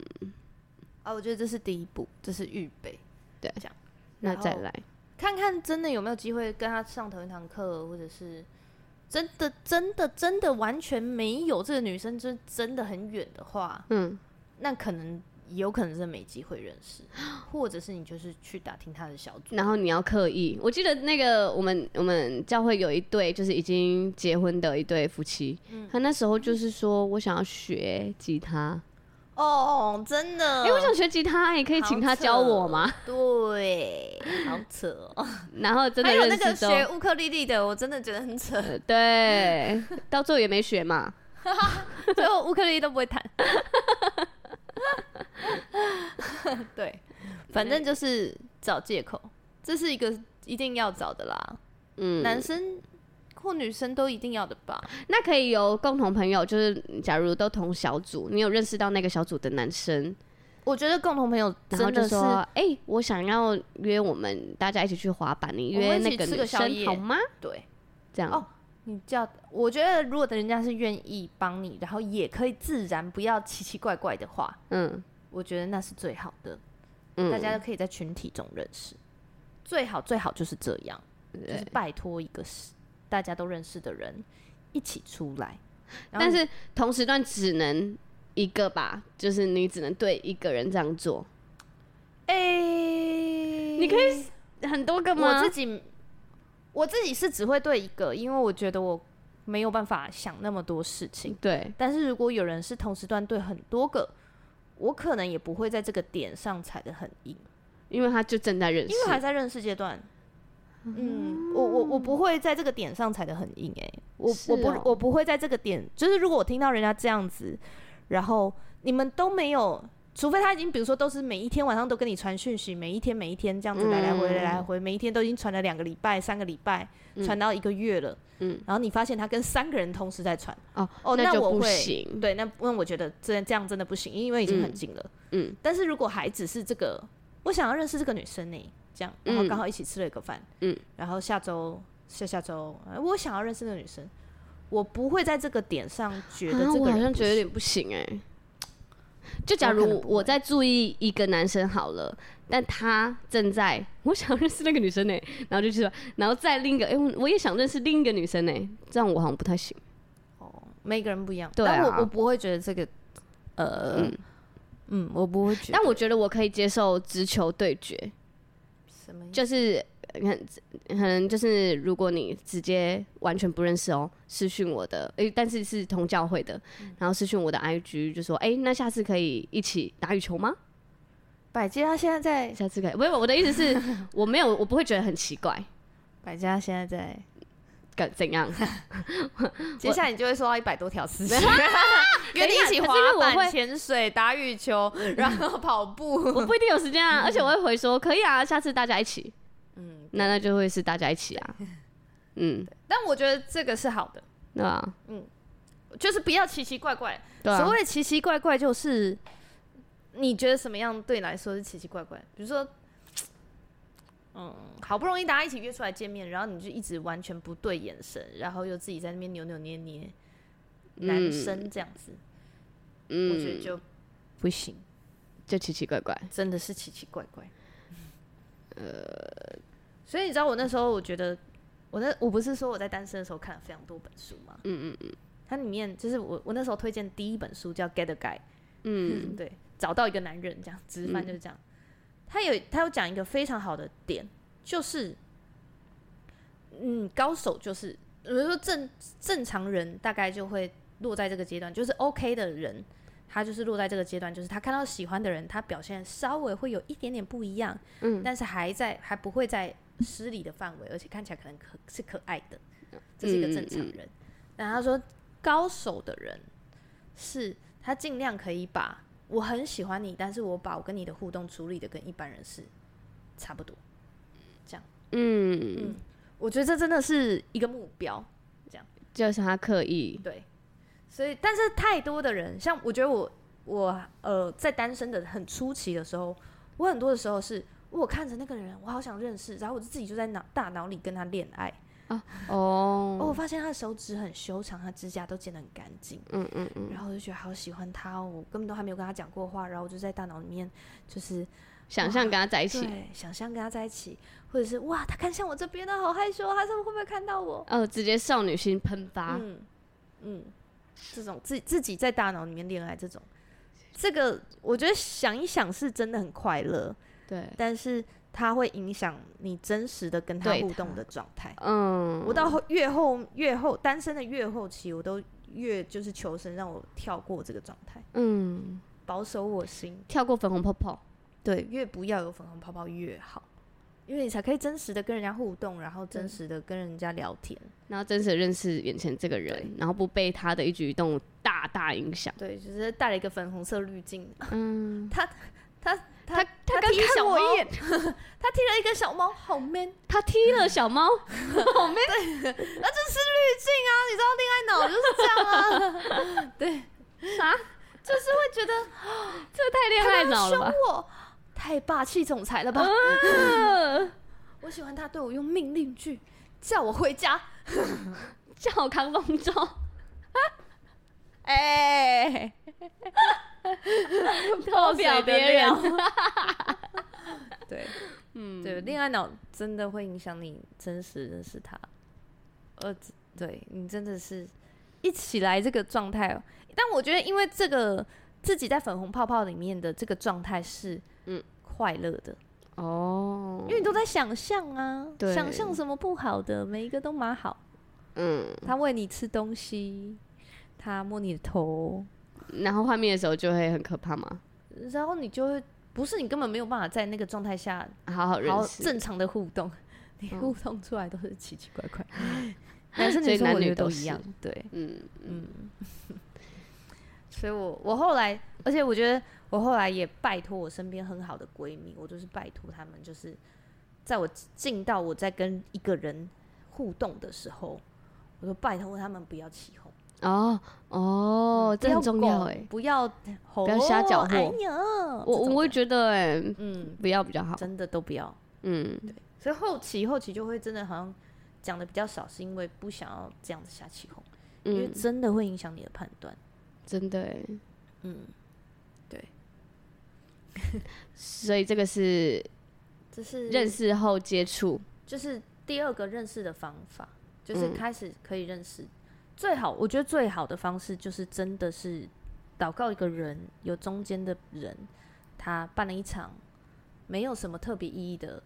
[SPEAKER 1] 啊，我觉得这是第一步，这是预备，
[SPEAKER 2] 对
[SPEAKER 1] 这样。
[SPEAKER 2] 那
[SPEAKER 1] 然后
[SPEAKER 2] 再来，
[SPEAKER 1] 看看真的有没有机会跟他上同一堂课，或者是真的真的真的完全没有这个女生，就是真的很远的话，
[SPEAKER 2] 嗯，
[SPEAKER 1] 那可能有可能是没机会认 识，或者是你就是去打听他的小组，
[SPEAKER 2] 然后你要刻意。我记得那个我们我们教会有一对就是已经结婚的一对夫妻，
[SPEAKER 1] 嗯
[SPEAKER 2] 他那时候就是说我想要学吉他，
[SPEAKER 1] 哦哦，真的，
[SPEAKER 2] 哎、我想学吉他、也可以请他教我吗？
[SPEAKER 1] 好扯？哦对， 好扯、哦。
[SPEAKER 2] 然后真的
[SPEAKER 1] 还有
[SPEAKER 2] 认
[SPEAKER 1] 那个
[SPEAKER 2] 识之后，
[SPEAKER 1] 学乌克丽丽的，我真的觉得很扯，
[SPEAKER 2] 呃对，到最后也没学嘛。
[SPEAKER 1] 最后乌克丽丽都不会弹。 对，反正就是找借口，这是一个一定要找的啦，
[SPEAKER 2] 嗯，
[SPEAKER 1] 男生或女生都一定要的吧？
[SPEAKER 2] 那可以有共同朋友，就是假如都同小组，你有认识到那个小组的男生，
[SPEAKER 1] 我觉得共同朋友
[SPEAKER 2] 然后
[SPEAKER 1] 真的
[SPEAKER 2] 就
[SPEAKER 1] 是
[SPEAKER 2] 说：“哎、我想要约我们大家一起去滑板，你
[SPEAKER 1] 我们
[SPEAKER 2] 约
[SPEAKER 1] 一起
[SPEAKER 2] 那个
[SPEAKER 1] 吃个
[SPEAKER 2] 女
[SPEAKER 1] 宵
[SPEAKER 2] 生
[SPEAKER 1] 夜
[SPEAKER 2] 好吗
[SPEAKER 1] 对。？”
[SPEAKER 2] 这样
[SPEAKER 1] 哦你叫，我觉得如果人家是愿意帮你，然后也可以自然，不要奇奇怪怪的话，
[SPEAKER 2] 嗯
[SPEAKER 1] 我觉得那是最好的。
[SPEAKER 2] 嗯，
[SPEAKER 1] 大家都可以在群体中认识，最好最好就是这样，就是拜托一个是大家都认识的人一起出来。然后
[SPEAKER 2] 但是同时段只能一个吧，就是你只能对一个人这样做，
[SPEAKER 1] 哎，
[SPEAKER 2] 你可以很多个
[SPEAKER 1] 我
[SPEAKER 2] 吗
[SPEAKER 1] 自？己我自己是只会对一个，因为我觉得我没有办法想那么多事情。
[SPEAKER 2] 对，
[SPEAKER 1] 但是如果有人是同时段对很多个，我可能也不会在这个点上踩得很硬，
[SPEAKER 2] 因为他就正在认识
[SPEAKER 1] 因为，还在认识阶段。嗯，我我我不会在这个点上踩得很硬哎、我、
[SPEAKER 2] 是
[SPEAKER 1] 我不
[SPEAKER 2] 哦
[SPEAKER 1] 我不会在这个点，就是如果我听到人家这样子，然后你们都没有，除非他已经比如说都是每一天晚上都跟你传讯息，每一天每一天这样子来来回回
[SPEAKER 2] 嗯
[SPEAKER 1] 来来回，每一天都已经传了两个礼拜、三个礼拜，
[SPEAKER 2] 嗯
[SPEAKER 1] 传到一个月了，
[SPEAKER 2] 嗯，
[SPEAKER 1] 然后你发现他跟三个人同时在传，
[SPEAKER 2] 哦
[SPEAKER 1] 哦，
[SPEAKER 2] 那
[SPEAKER 1] 那
[SPEAKER 2] 就
[SPEAKER 1] 我
[SPEAKER 2] 不
[SPEAKER 1] 会
[SPEAKER 2] 行
[SPEAKER 1] 对，那那我觉得这这样真的不行，因为已经很
[SPEAKER 2] 嗯
[SPEAKER 1] 近了。
[SPEAKER 2] 嗯，
[SPEAKER 1] 但是如果还只是这个，我想要认识这个女生呢、这样，然后
[SPEAKER 2] 嗯
[SPEAKER 1] 刚好一起吃了一个饭，
[SPEAKER 2] 嗯，
[SPEAKER 1] 然后下周下下周，呃我想要认识那个女生，我不会在这个点上觉得
[SPEAKER 2] 啊
[SPEAKER 1] 这
[SPEAKER 2] 我
[SPEAKER 1] 个
[SPEAKER 2] 好
[SPEAKER 1] 人
[SPEAKER 2] 像
[SPEAKER 1] 不
[SPEAKER 2] 觉得有
[SPEAKER 1] 行
[SPEAKER 2] 点不行哎、就假
[SPEAKER 1] 我可能
[SPEAKER 2] 如
[SPEAKER 1] 不
[SPEAKER 2] 我
[SPEAKER 1] 会
[SPEAKER 2] 在注意一个男生好了，但他正在我想认识那个女生呢、欸然后就去了，然后再另一个，哎、我我也想认识另一个女生呢、欸这样我好像不太行。
[SPEAKER 1] 哦，每个人不一样，
[SPEAKER 2] 对
[SPEAKER 1] 但
[SPEAKER 2] 啊
[SPEAKER 1] 我我不会觉得这个，呃，嗯我不会觉得
[SPEAKER 2] 但我觉得我可以接受直球对决，
[SPEAKER 1] 什么意思
[SPEAKER 2] 就是呃可能可能就是如果你直接完全不认识哦，私讯我的，诶、但是是同教会的，然后私讯我的 IG 就说，诶、那下次可以一起打羽球吗？
[SPEAKER 1] 百佳他现在在，
[SPEAKER 2] 下次可以？不是我的意思是， 我没有，我不会觉得很奇怪，
[SPEAKER 1] 百佳现在在，
[SPEAKER 2] 敢怎样？
[SPEAKER 1] 接下来你就会收到一百多条私 信，约你一起
[SPEAKER 2] 可是因为
[SPEAKER 1] 滑
[SPEAKER 2] 我
[SPEAKER 1] 板、
[SPEAKER 2] 会
[SPEAKER 1] 潜水、打羽球，然后跑 步。
[SPEAKER 2] 我不一定有时间啊，而且我会回说可以啊，下次大家一起，
[SPEAKER 1] 嗯，
[SPEAKER 2] 那那就会是大家一起 啊，嗯，
[SPEAKER 1] 但我觉得这个是好的，
[SPEAKER 2] 对啊，
[SPEAKER 1] 就是不要奇奇怪怪。
[SPEAKER 2] 对啊
[SPEAKER 1] 所，谓的奇奇怪怪，就是你觉得什么样对你来说是奇奇怪怪？比如说，嗯好不容易大家一起约出来见面，然后你就一直完全不对眼神，然后又自己在那边扭扭捏捏，男生这样子，我觉得
[SPEAKER 2] 嗯，
[SPEAKER 1] 就不行，
[SPEAKER 2] 就奇奇怪怪。
[SPEAKER 1] 真的是奇奇怪怪。呃，所以你知道我那时候，我觉得我那我不是说我在单身的时候看了非常多本书吗？嗯嗯嗯，它里面就是我我那时候推荐第一本书叫《Get a Guy》，
[SPEAKER 2] 嗯
[SPEAKER 1] 对，找到一个男人这样，直翻就是这样。他有他有讲一个非常好的点，就是，嗯，高手就是，比如说正正常人大概就会落在这个阶段，就是 OK 的人，他就是落在这个阶段，就是他看到喜欢的人，他表现稍微会有一点点不一样，
[SPEAKER 2] 嗯，
[SPEAKER 1] 但是还在还不会在失礼的范围，而且看起来可能可是可爱的，这是一个正常人。那他说高手的人是他尽量可以把我很喜欢你，但是我把我跟你的互动处理的跟一般人是差不多。
[SPEAKER 2] 嗯，
[SPEAKER 1] 我觉得这真的是一个目标，
[SPEAKER 2] 就是他刻意，
[SPEAKER 1] 对。所以，但是太多的人，像我觉得我我呃在单身的很初期的时候，我很多的时候是我看着那个人，我好想认识，然后我就自己就在脑大脑里跟他恋爱。哦，我
[SPEAKER 2] 哦，
[SPEAKER 1] 发现他的手指很修长，他指甲都剪得很干净，
[SPEAKER 2] 嗯嗯嗯，
[SPEAKER 1] 然后我就觉得好喜欢他哦，我根本都还没有跟他讲过话，然后我就在大脑里面就是
[SPEAKER 2] 想象跟他在一起，
[SPEAKER 1] 对想象跟他在一起，或者是哇，他看向我这边了，好害羞，他是不是会不会看到我？
[SPEAKER 2] 哦，直接少女心喷发，
[SPEAKER 1] 嗯嗯，这种自自己在大脑里面恋爱这种，这个我觉得想一想是真的很快乐，
[SPEAKER 2] 对，
[SPEAKER 1] 但是它会影响你真实的跟他
[SPEAKER 2] 对
[SPEAKER 1] 互
[SPEAKER 2] 他
[SPEAKER 1] 动的状态。
[SPEAKER 2] 嗯，
[SPEAKER 1] 我到后越后越后单身的越后期，我都越就是求生让我跳过这个状态，
[SPEAKER 2] 嗯，
[SPEAKER 1] 保守我心。
[SPEAKER 2] 跳过粉红泡泡，
[SPEAKER 1] 对，越不要有粉红泡泡越好，因为你才可以真实的跟人家互动，然后真实的跟人家聊天。
[SPEAKER 2] 然后真实地认识眼前这个人，然后不被他的一举一动大大影响。
[SPEAKER 1] 对，就是带了一个粉红色滤镜，
[SPEAKER 2] 嗯，
[SPEAKER 1] 他他
[SPEAKER 2] 刚
[SPEAKER 1] 踢
[SPEAKER 2] 看
[SPEAKER 1] 小
[SPEAKER 2] 我
[SPEAKER 1] 猫，
[SPEAKER 2] 一
[SPEAKER 1] 他踢了一个小猫，好 man 啊！
[SPEAKER 2] 他踢了小猫，
[SPEAKER 1] 这是滤镜啊，你知道恋爱脑就是这样啊，对，
[SPEAKER 2] 啥？
[SPEAKER 1] 就是会觉得
[SPEAKER 2] 这太 恋爱脑了
[SPEAKER 1] 凶
[SPEAKER 2] 吧？
[SPEAKER 1] 我，太霸气总裁了吧？
[SPEAKER 2] 嗯，
[SPEAKER 1] 我喜欢他对我用命令句，叫我回家。
[SPEAKER 2] 叫我扛 笼罩，
[SPEAKER 1] 哎、
[SPEAKER 2] 偷表别人。
[SPEAKER 1] 对
[SPEAKER 2] 嗯，
[SPEAKER 1] 对，恋爱脑真的会影响你真实认识他。呃，对你真的是一起来这个状态、哦，但我觉得因为这个自己在粉红泡泡里面的这个状态是
[SPEAKER 2] 嗯
[SPEAKER 1] 嗯快乐的，
[SPEAKER 2] 哦
[SPEAKER 1] 因，为你都在想象啊，
[SPEAKER 2] 对
[SPEAKER 1] 想象什么不好的，每一个都蛮好。
[SPEAKER 2] 嗯，
[SPEAKER 1] 他喂你吃东西，他摸你的头，
[SPEAKER 2] 然后幻灭的时候就会很可怕嘛，
[SPEAKER 1] 然后你就会不是你根本没有办法在那个状态下
[SPEAKER 2] 好好
[SPEAKER 1] 好
[SPEAKER 2] 认识，
[SPEAKER 1] 正常的互动，你
[SPEAKER 2] 嗯
[SPEAKER 1] 互动出来都是奇奇怪怪，男生女
[SPEAKER 2] 所以
[SPEAKER 1] 生
[SPEAKER 2] 男
[SPEAKER 1] 我觉
[SPEAKER 2] 女
[SPEAKER 1] 得
[SPEAKER 2] 都
[SPEAKER 1] 都
[SPEAKER 2] 是
[SPEAKER 1] 一样，对，
[SPEAKER 2] 嗯嗯，
[SPEAKER 1] 所以我我后来，而且我觉得我后来也拜托我身边很好的闺蜜，我就是拜托她们，就是在我进到我在跟一个人互动的时候，我都拜托她们不要起哄。
[SPEAKER 2] 哦哦，这很重要哎，
[SPEAKER 1] 不要吼，
[SPEAKER 2] 不要瞎搅和
[SPEAKER 1] 哎呀，我
[SPEAKER 2] 我我会觉得哎，
[SPEAKER 1] 嗯，
[SPEAKER 2] 不要比较好，
[SPEAKER 1] 真的都不要。
[SPEAKER 2] 嗯，
[SPEAKER 1] 所以后期后期就会真的好像讲的比较少，是因为不想要这样子下起哄，因为
[SPEAKER 2] 嗯，
[SPEAKER 1] 真的会影响你的判断。
[SPEAKER 2] 真的哎，
[SPEAKER 1] 嗯， 对，
[SPEAKER 2] 所以这个是
[SPEAKER 1] 这是
[SPEAKER 2] 认识后接触，
[SPEAKER 1] 就是第二个认识的方法，就是
[SPEAKER 2] 嗯
[SPEAKER 1] 开始可以认识。最好，我觉得最好的方式就是真的是祷告一个人，有中间的人，他办了一场没有什么特别意义的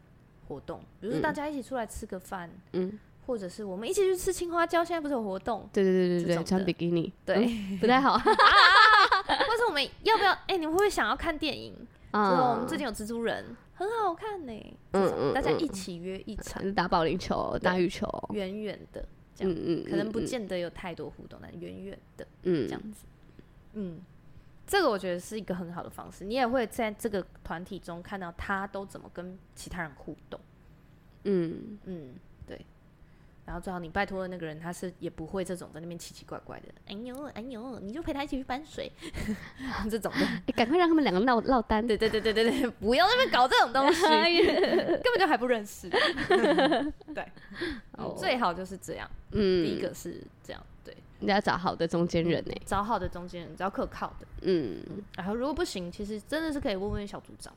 [SPEAKER 1] 活动，比如说
[SPEAKER 2] 嗯
[SPEAKER 1] 大家一起出来吃个饭，
[SPEAKER 2] 嗯，
[SPEAKER 1] 或者是我们一起去吃青花椒，现在不是有活 动，
[SPEAKER 2] 对对对
[SPEAKER 1] 这
[SPEAKER 2] 对对，
[SPEAKER 1] 种
[SPEAKER 2] 穿
[SPEAKER 1] 的
[SPEAKER 2] 比基尼，
[SPEAKER 1] 对
[SPEAKER 2] 嗯，不太 好。
[SPEAKER 1] 或者我们要不要？哎、你们会不会想要看电影？之后我们最近
[SPEAKER 2] 近
[SPEAKER 1] 有蜘蛛人，很好看呢、
[SPEAKER 2] 嗯
[SPEAKER 1] 嗯
[SPEAKER 2] 嗯
[SPEAKER 1] 嗯，大家
[SPEAKER 2] 嗯
[SPEAKER 1] 一起约一场，
[SPEAKER 2] 打保龄球、打羽球，
[SPEAKER 1] 远远的，这样
[SPEAKER 2] 嗯嗯，
[SPEAKER 1] 可能不
[SPEAKER 2] 嗯，
[SPEAKER 1] 见得有太多互动，但远远的
[SPEAKER 2] 嗯
[SPEAKER 1] 这样子。嗯，这个我觉得是一个很好的方式，你也会在这个团体中看到他都怎么跟其他人互动。
[SPEAKER 2] 嗯，
[SPEAKER 1] 嗯，对。然后最好你拜托的那个人，他是也不会这种在那边奇奇怪怪的，哎呦哎呦，你就陪他一起去搬水 这种的。
[SPEAKER 2] 你哎赶快让他们两个落落单。
[SPEAKER 1] 对对对对对对，不要在那边搞这种东 西，根本就还不认 识。对，嗯
[SPEAKER 2] 哦
[SPEAKER 1] 最好就是这样。
[SPEAKER 2] 嗯，
[SPEAKER 1] 第一个是这样，对，
[SPEAKER 2] 你要找好的中间人呢、欸
[SPEAKER 1] 找好的中间人，找可靠的。
[SPEAKER 2] 嗯，
[SPEAKER 1] 然后如果不行，其实真的是可以问问小组长，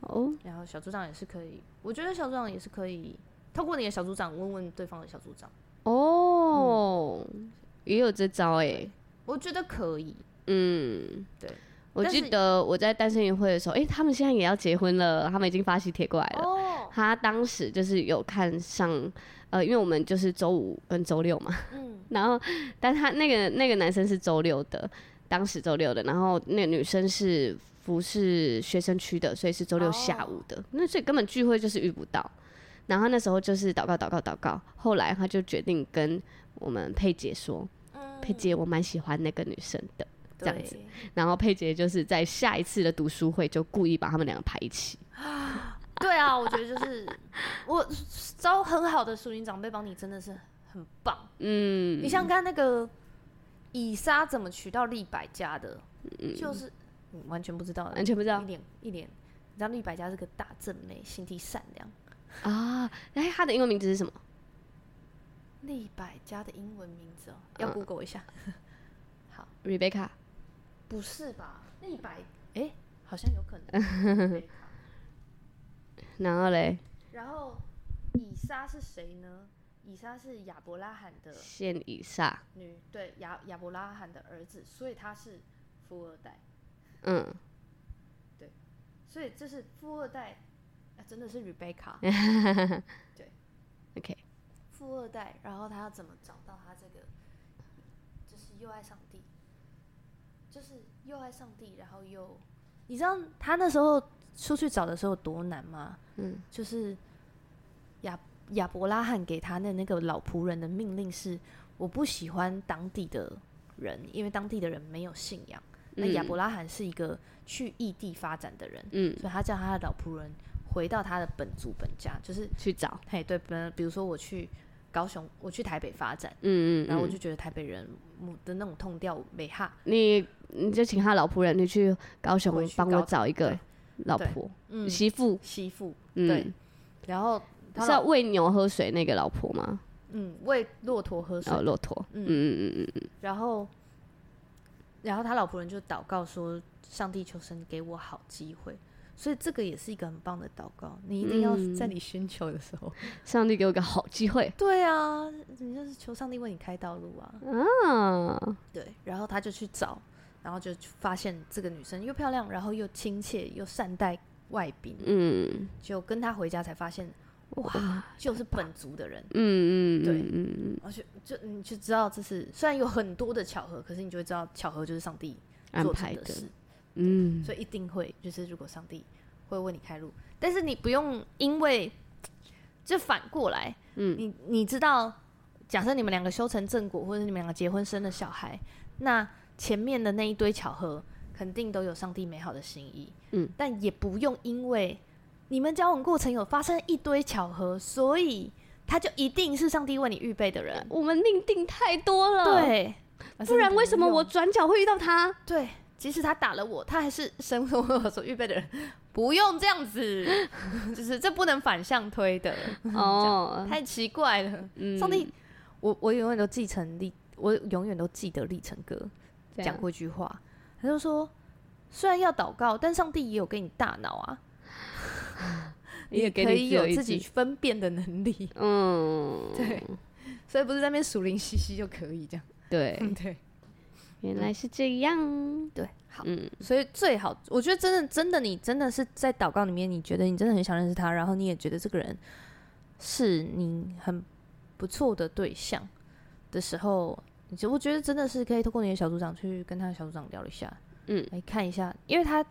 [SPEAKER 2] 哦，
[SPEAKER 1] 然后小组长也是可以，我觉得小组长也是可以透过你的小组长问问对方的小组长，
[SPEAKER 2] 哦，也有这招哎、
[SPEAKER 1] 我觉得可以。
[SPEAKER 2] 嗯，
[SPEAKER 1] 对。
[SPEAKER 2] 我
[SPEAKER 1] 但是
[SPEAKER 2] 记得我在单身宴会的时候，哎、他们现在也要结婚了，他们已经发喜帖过来了。
[SPEAKER 1] 哦，
[SPEAKER 2] 他当时就是有看上，呃，因为我们就是周五跟周六嘛，
[SPEAKER 1] 嗯，
[SPEAKER 2] 然后，但他那个那个男生是周六的，当时周六的，然后那个女生是服饰学生区的，所以是周六下午的，那所以根本聚会就是遇不到。然后那时候就是祷告祷告祷告，后来他就决定跟我们佩姐说，
[SPEAKER 1] 嗯
[SPEAKER 2] 佩姐我蛮喜欢那个女生的，这样子
[SPEAKER 1] 对。
[SPEAKER 2] 然后佩姐就是在下一次的读书会就故意把他们两个排一起，
[SPEAKER 1] 对啊，我觉得就是我招很好的熟龄长辈帮你真的是很棒。
[SPEAKER 2] 嗯，
[SPEAKER 1] 你像刚那个以撒怎么娶到利百家的，就是你完全不知道的，
[SPEAKER 2] 嗯完全不知道
[SPEAKER 1] 一脸一脸。你知道利百家是个大正妹，心地善良。
[SPEAKER 2] 啊，哎，他的英文名字是什么？
[SPEAKER 1] 利百家的英文名字哦，要
[SPEAKER 2] 嗯
[SPEAKER 1] Google 一下。好，
[SPEAKER 2] Rebecca，
[SPEAKER 1] 不是吧？利百，哎、好像有可能。对
[SPEAKER 2] 然后嘞，
[SPEAKER 1] 然后以撒是谁呢？以撒是亚伯拉罕的
[SPEAKER 2] 现以撒，
[SPEAKER 1] 女对亚亚伯拉罕的儿子，所以他是富二代，
[SPEAKER 2] 嗯，
[SPEAKER 1] 所以这是富二代，啊、真的是 Rebecca 对
[SPEAKER 2] OK
[SPEAKER 1] 富二代，然后他要怎么找到他这个，就是又爱上帝，就是又爱上帝，然后又你知道他那时候出去找的时候有多难吗？
[SPEAKER 2] 嗯，
[SPEAKER 1] 就是亚亚伯拉罕给他的那个老仆人的命令是：我不喜欢当地的人，因为当地的人没有信仰。那亚伯拉罕是一个去异地发展的人，
[SPEAKER 2] 嗯，
[SPEAKER 1] 所以他叫他的老仆人回到他的本族本家，就是
[SPEAKER 2] 去找，
[SPEAKER 1] 嘿，对，本比如说我去高雄，我去台北发展，
[SPEAKER 2] 嗯嗯，
[SPEAKER 1] 然后我
[SPEAKER 2] 嗯
[SPEAKER 1] 就觉得台北人嗯的那种痛调美哈，
[SPEAKER 2] 你你就请他老仆人，你去高
[SPEAKER 1] 回
[SPEAKER 2] 雄
[SPEAKER 1] 去
[SPEAKER 2] 帮
[SPEAKER 1] 高
[SPEAKER 2] 我
[SPEAKER 1] 雄
[SPEAKER 2] 找一个
[SPEAKER 1] 对
[SPEAKER 2] 老
[SPEAKER 1] 对
[SPEAKER 2] 婆
[SPEAKER 1] 嗯，
[SPEAKER 2] 媳妇，
[SPEAKER 1] 媳妇，对
[SPEAKER 2] 嗯，
[SPEAKER 1] 然后他
[SPEAKER 2] 是啊要
[SPEAKER 1] 老
[SPEAKER 2] 喂牛喝水那个老婆吗？
[SPEAKER 1] 嗯喂骆驼喝水
[SPEAKER 2] 哦，，骆驼，嗯
[SPEAKER 1] 嗯
[SPEAKER 2] 嗯嗯嗯
[SPEAKER 1] 然后，然后他老仆人就祷告说：“上帝求神给我好机会。”所以这个也是一个很棒的祷告，你一定要
[SPEAKER 2] 嗯
[SPEAKER 1] 在你寻求的时候。
[SPEAKER 2] 嗯，上帝给我个好机会
[SPEAKER 1] 对啊，你就是求上帝为你开道路啊。
[SPEAKER 2] 啊！
[SPEAKER 1] 对，然后他就去找，然后就发现这个女生又漂亮，然后又亲切，又善待外宾，
[SPEAKER 2] 嗯
[SPEAKER 1] 就跟他回家才发现，哇，就是本族的人。
[SPEAKER 2] 嗯嗯，
[SPEAKER 1] 对
[SPEAKER 2] 嗯嗯嗯
[SPEAKER 1] 而且就你就知道这是虽然有很多的巧合，可是你就会知道巧合就是上帝
[SPEAKER 2] 安
[SPEAKER 1] 做成
[SPEAKER 2] 排
[SPEAKER 1] 的事
[SPEAKER 2] 的，。嗯，
[SPEAKER 1] 所以一定会，就是如果上帝会为你开路，但是你不用因为就反过来，
[SPEAKER 2] 嗯
[SPEAKER 1] 你你知道，假设你们两个修成正果，或者你们两个结婚生了小孩，那前面的那一堆巧合肯定都有上帝美好的心意，
[SPEAKER 2] 嗯，
[SPEAKER 1] 但也不用因为你们交往过程有发生一堆巧合，所以他就一定是上帝为你预备的人，
[SPEAKER 2] 我们命定太多了，，
[SPEAKER 1] 对，
[SPEAKER 2] 嗯不然为什么
[SPEAKER 1] 用
[SPEAKER 2] 我转角会遇 到他？
[SPEAKER 1] 对，即使他打了我，他还是神为我所预备的人。不用这样子，就是这不能反向推的，
[SPEAKER 2] 哦，
[SPEAKER 1] 太奇怪了。
[SPEAKER 2] 嗯
[SPEAKER 1] 上帝，我我永远都继承立，我永远都记得立成哥
[SPEAKER 2] 这样
[SPEAKER 1] 讲过一句话，他就说，虽然要祷告，但上帝也有给你大脑啊，
[SPEAKER 2] 也给
[SPEAKER 1] 可
[SPEAKER 2] 你
[SPEAKER 1] 以
[SPEAKER 2] 自由
[SPEAKER 1] 有
[SPEAKER 2] 意
[SPEAKER 1] 自己
[SPEAKER 2] 志，
[SPEAKER 1] 分辨的能力。
[SPEAKER 2] 嗯，
[SPEAKER 1] 对，所以不是在那边属灵兮兮就可以这样。
[SPEAKER 2] 对，
[SPEAKER 1] 对
[SPEAKER 2] 原来是这样，
[SPEAKER 1] 对，好。
[SPEAKER 2] 嗯
[SPEAKER 1] 所以最好，我觉得真的真的你真的是在祷告里面，你觉得你真的很想认识他，然后你也觉得这个人是你很不错的对象的时候，你就我觉得真的是可以透过你的小组长去跟他的小组长聊一下，
[SPEAKER 2] 嗯，
[SPEAKER 1] 来看一下，因为他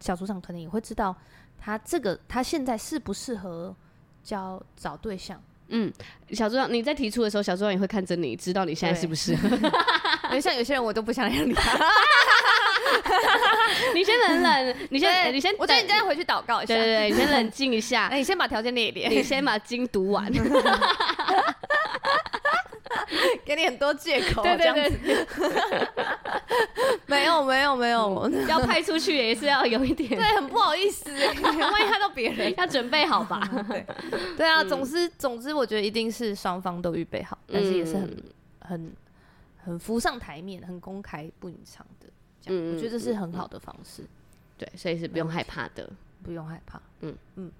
[SPEAKER 1] 小组长可能也会知道他这个他现在适不适合交找对 象，
[SPEAKER 2] 嗯，小组长你在提出的时候，小组长也会看着你，知道你现在
[SPEAKER 1] 对
[SPEAKER 2] 是不是？
[SPEAKER 1] 因为像有些人我都不想让 你，
[SPEAKER 2] 你先冷冷，你先你先等，
[SPEAKER 1] 我觉得你真的回去祷告一下
[SPEAKER 2] 对， 对对，你先冷静一下哦
[SPEAKER 1] 哎，，你先把条件列一列，
[SPEAKER 2] 你先把经读完。
[SPEAKER 1] 给你很多借口，
[SPEAKER 2] 对
[SPEAKER 1] 这样
[SPEAKER 2] 对
[SPEAKER 1] 子。 没有没有没 有，我
[SPEAKER 2] 对，要派出去也是要有一点，
[SPEAKER 1] 对，很不好意 思欸，万一害到别人。
[SPEAKER 2] 要准备好吧。
[SPEAKER 1] 对啊，
[SPEAKER 2] 嗯
[SPEAKER 1] 总之总之，我觉得一定是双方都预备好，但是也是很很很浮上台面、很公开不隐藏的，这样、
[SPEAKER 2] 嗯
[SPEAKER 1] 我觉得这是很好的方式，
[SPEAKER 2] 对，所以是不用害怕的。
[SPEAKER 1] 不用害怕。
[SPEAKER 2] 嗯
[SPEAKER 1] 嗯嗯，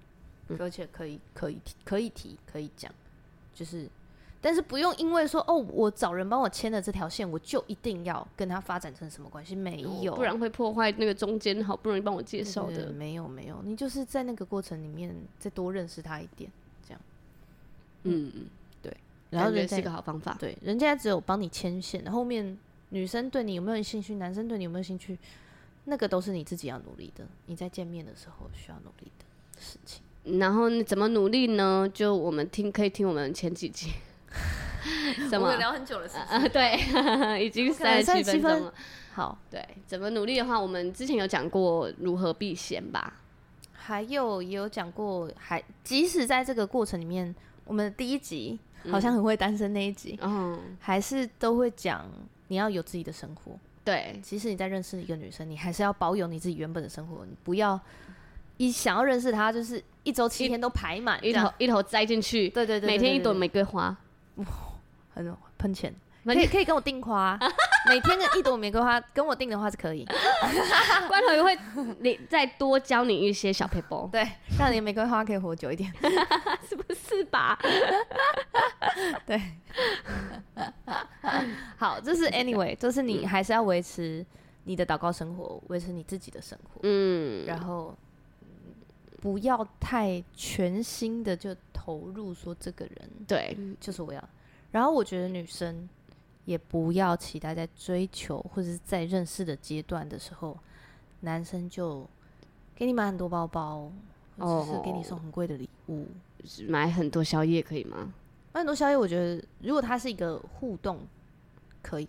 [SPEAKER 2] 嗯
[SPEAKER 1] 而且可以可以提可以提可以讲，就是。但是不用因为说哦，我找人帮我牵了这条线，我就一定要跟他发展成什么关系？没有，啊
[SPEAKER 2] 不然会破坏那个中间好不容易帮我介绍
[SPEAKER 1] 对
[SPEAKER 2] 的。
[SPEAKER 1] 没有没有，你就是在那个过程里面再多认识他一点，
[SPEAKER 2] 嗯，
[SPEAKER 3] 然后
[SPEAKER 2] 感觉
[SPEAKER 3] 人家
[SPEAKER 2] 是个好方法。
[SPEAKER 1] 对，
[SPEAKER 3] 人家只有帮你牵线，后面
[SPEAKER 1] 女生对你有没有兴趣，男生对你有没有兴趣，那个都是你自己要努力的，你在见面的时候需要努力的事 情。
[SPEAKER 2] 然后你怎么努力呢？就我们听，可以听我们前几 集。怎么？
[SPEAKER 1] 很久了，是呃
[SPEAKER 2] 啊、对， 已经三十七分钟了。
[SPEAKER 1] 好，
[SPEAKER 2] 对，怎么努力的话，我们之前有讲过如何避嫌吧？
[SPEAKER 1] 还有也有讲过，还即使在这个过程里面，我们的第一集好像很会单身那一集，
[SPEAKER 2] 嗯，
[SPEAKER 1] 还是都会讲你要有自己的生活。
[SPEAKER 2] 对，
[SPEAKER 1] 即使你在认识一个女生，你还是要保有你自己原本的生活，你不要一想要认识她，就是一周七天都排满这
[SPEAKER 2] 一
[SPEAKER 1] 样
[SPEAKER 2] 头。一头栽进去，
[SPEAKER 1] 对对对，对
[SPEAKER 2] 每天一朵，
[SPEAKER 1] 对
[SPEAKER 2] 玫瑰花，
[SPEAKER 1] 对很喷钱，
[SPEAKER 2] 那
[SPEAKER 1] 可
[SPEAKER 2] 你
[SPEAKER 1] 以可以跟我订花啊，每天的一朵玫瑰花跟我订的话是可以，
[SPEAKER 2] 关头也会你再多教你一些小 paper，
[SPEAKER 1] 对，让你的玫瑰花可以活久 一点。
[SPEAKER 2] 是不是吧？
[SPEAKER 1] 好，这是 anyway，就是你还是要维持你的祷告生活，维持你自己的生活，
[SPEAKER 2] 嗯，
[SPEAKER 1] 然后嗯不要太全心的就投入说这个人
[SPEAKER 2] 对，
[SPEAKER 1] 就是我要。然后我觉得女生也不要期待在追求或者是在认识的阶段的时候，男生就给你买很多包包，或者是给你送很贵的礼物。
[SPEAKER 2] 买很多宵夜可以吗？
[SPEAKER 1] 买很多宵夜，我觉得如果它是一个互动，可以，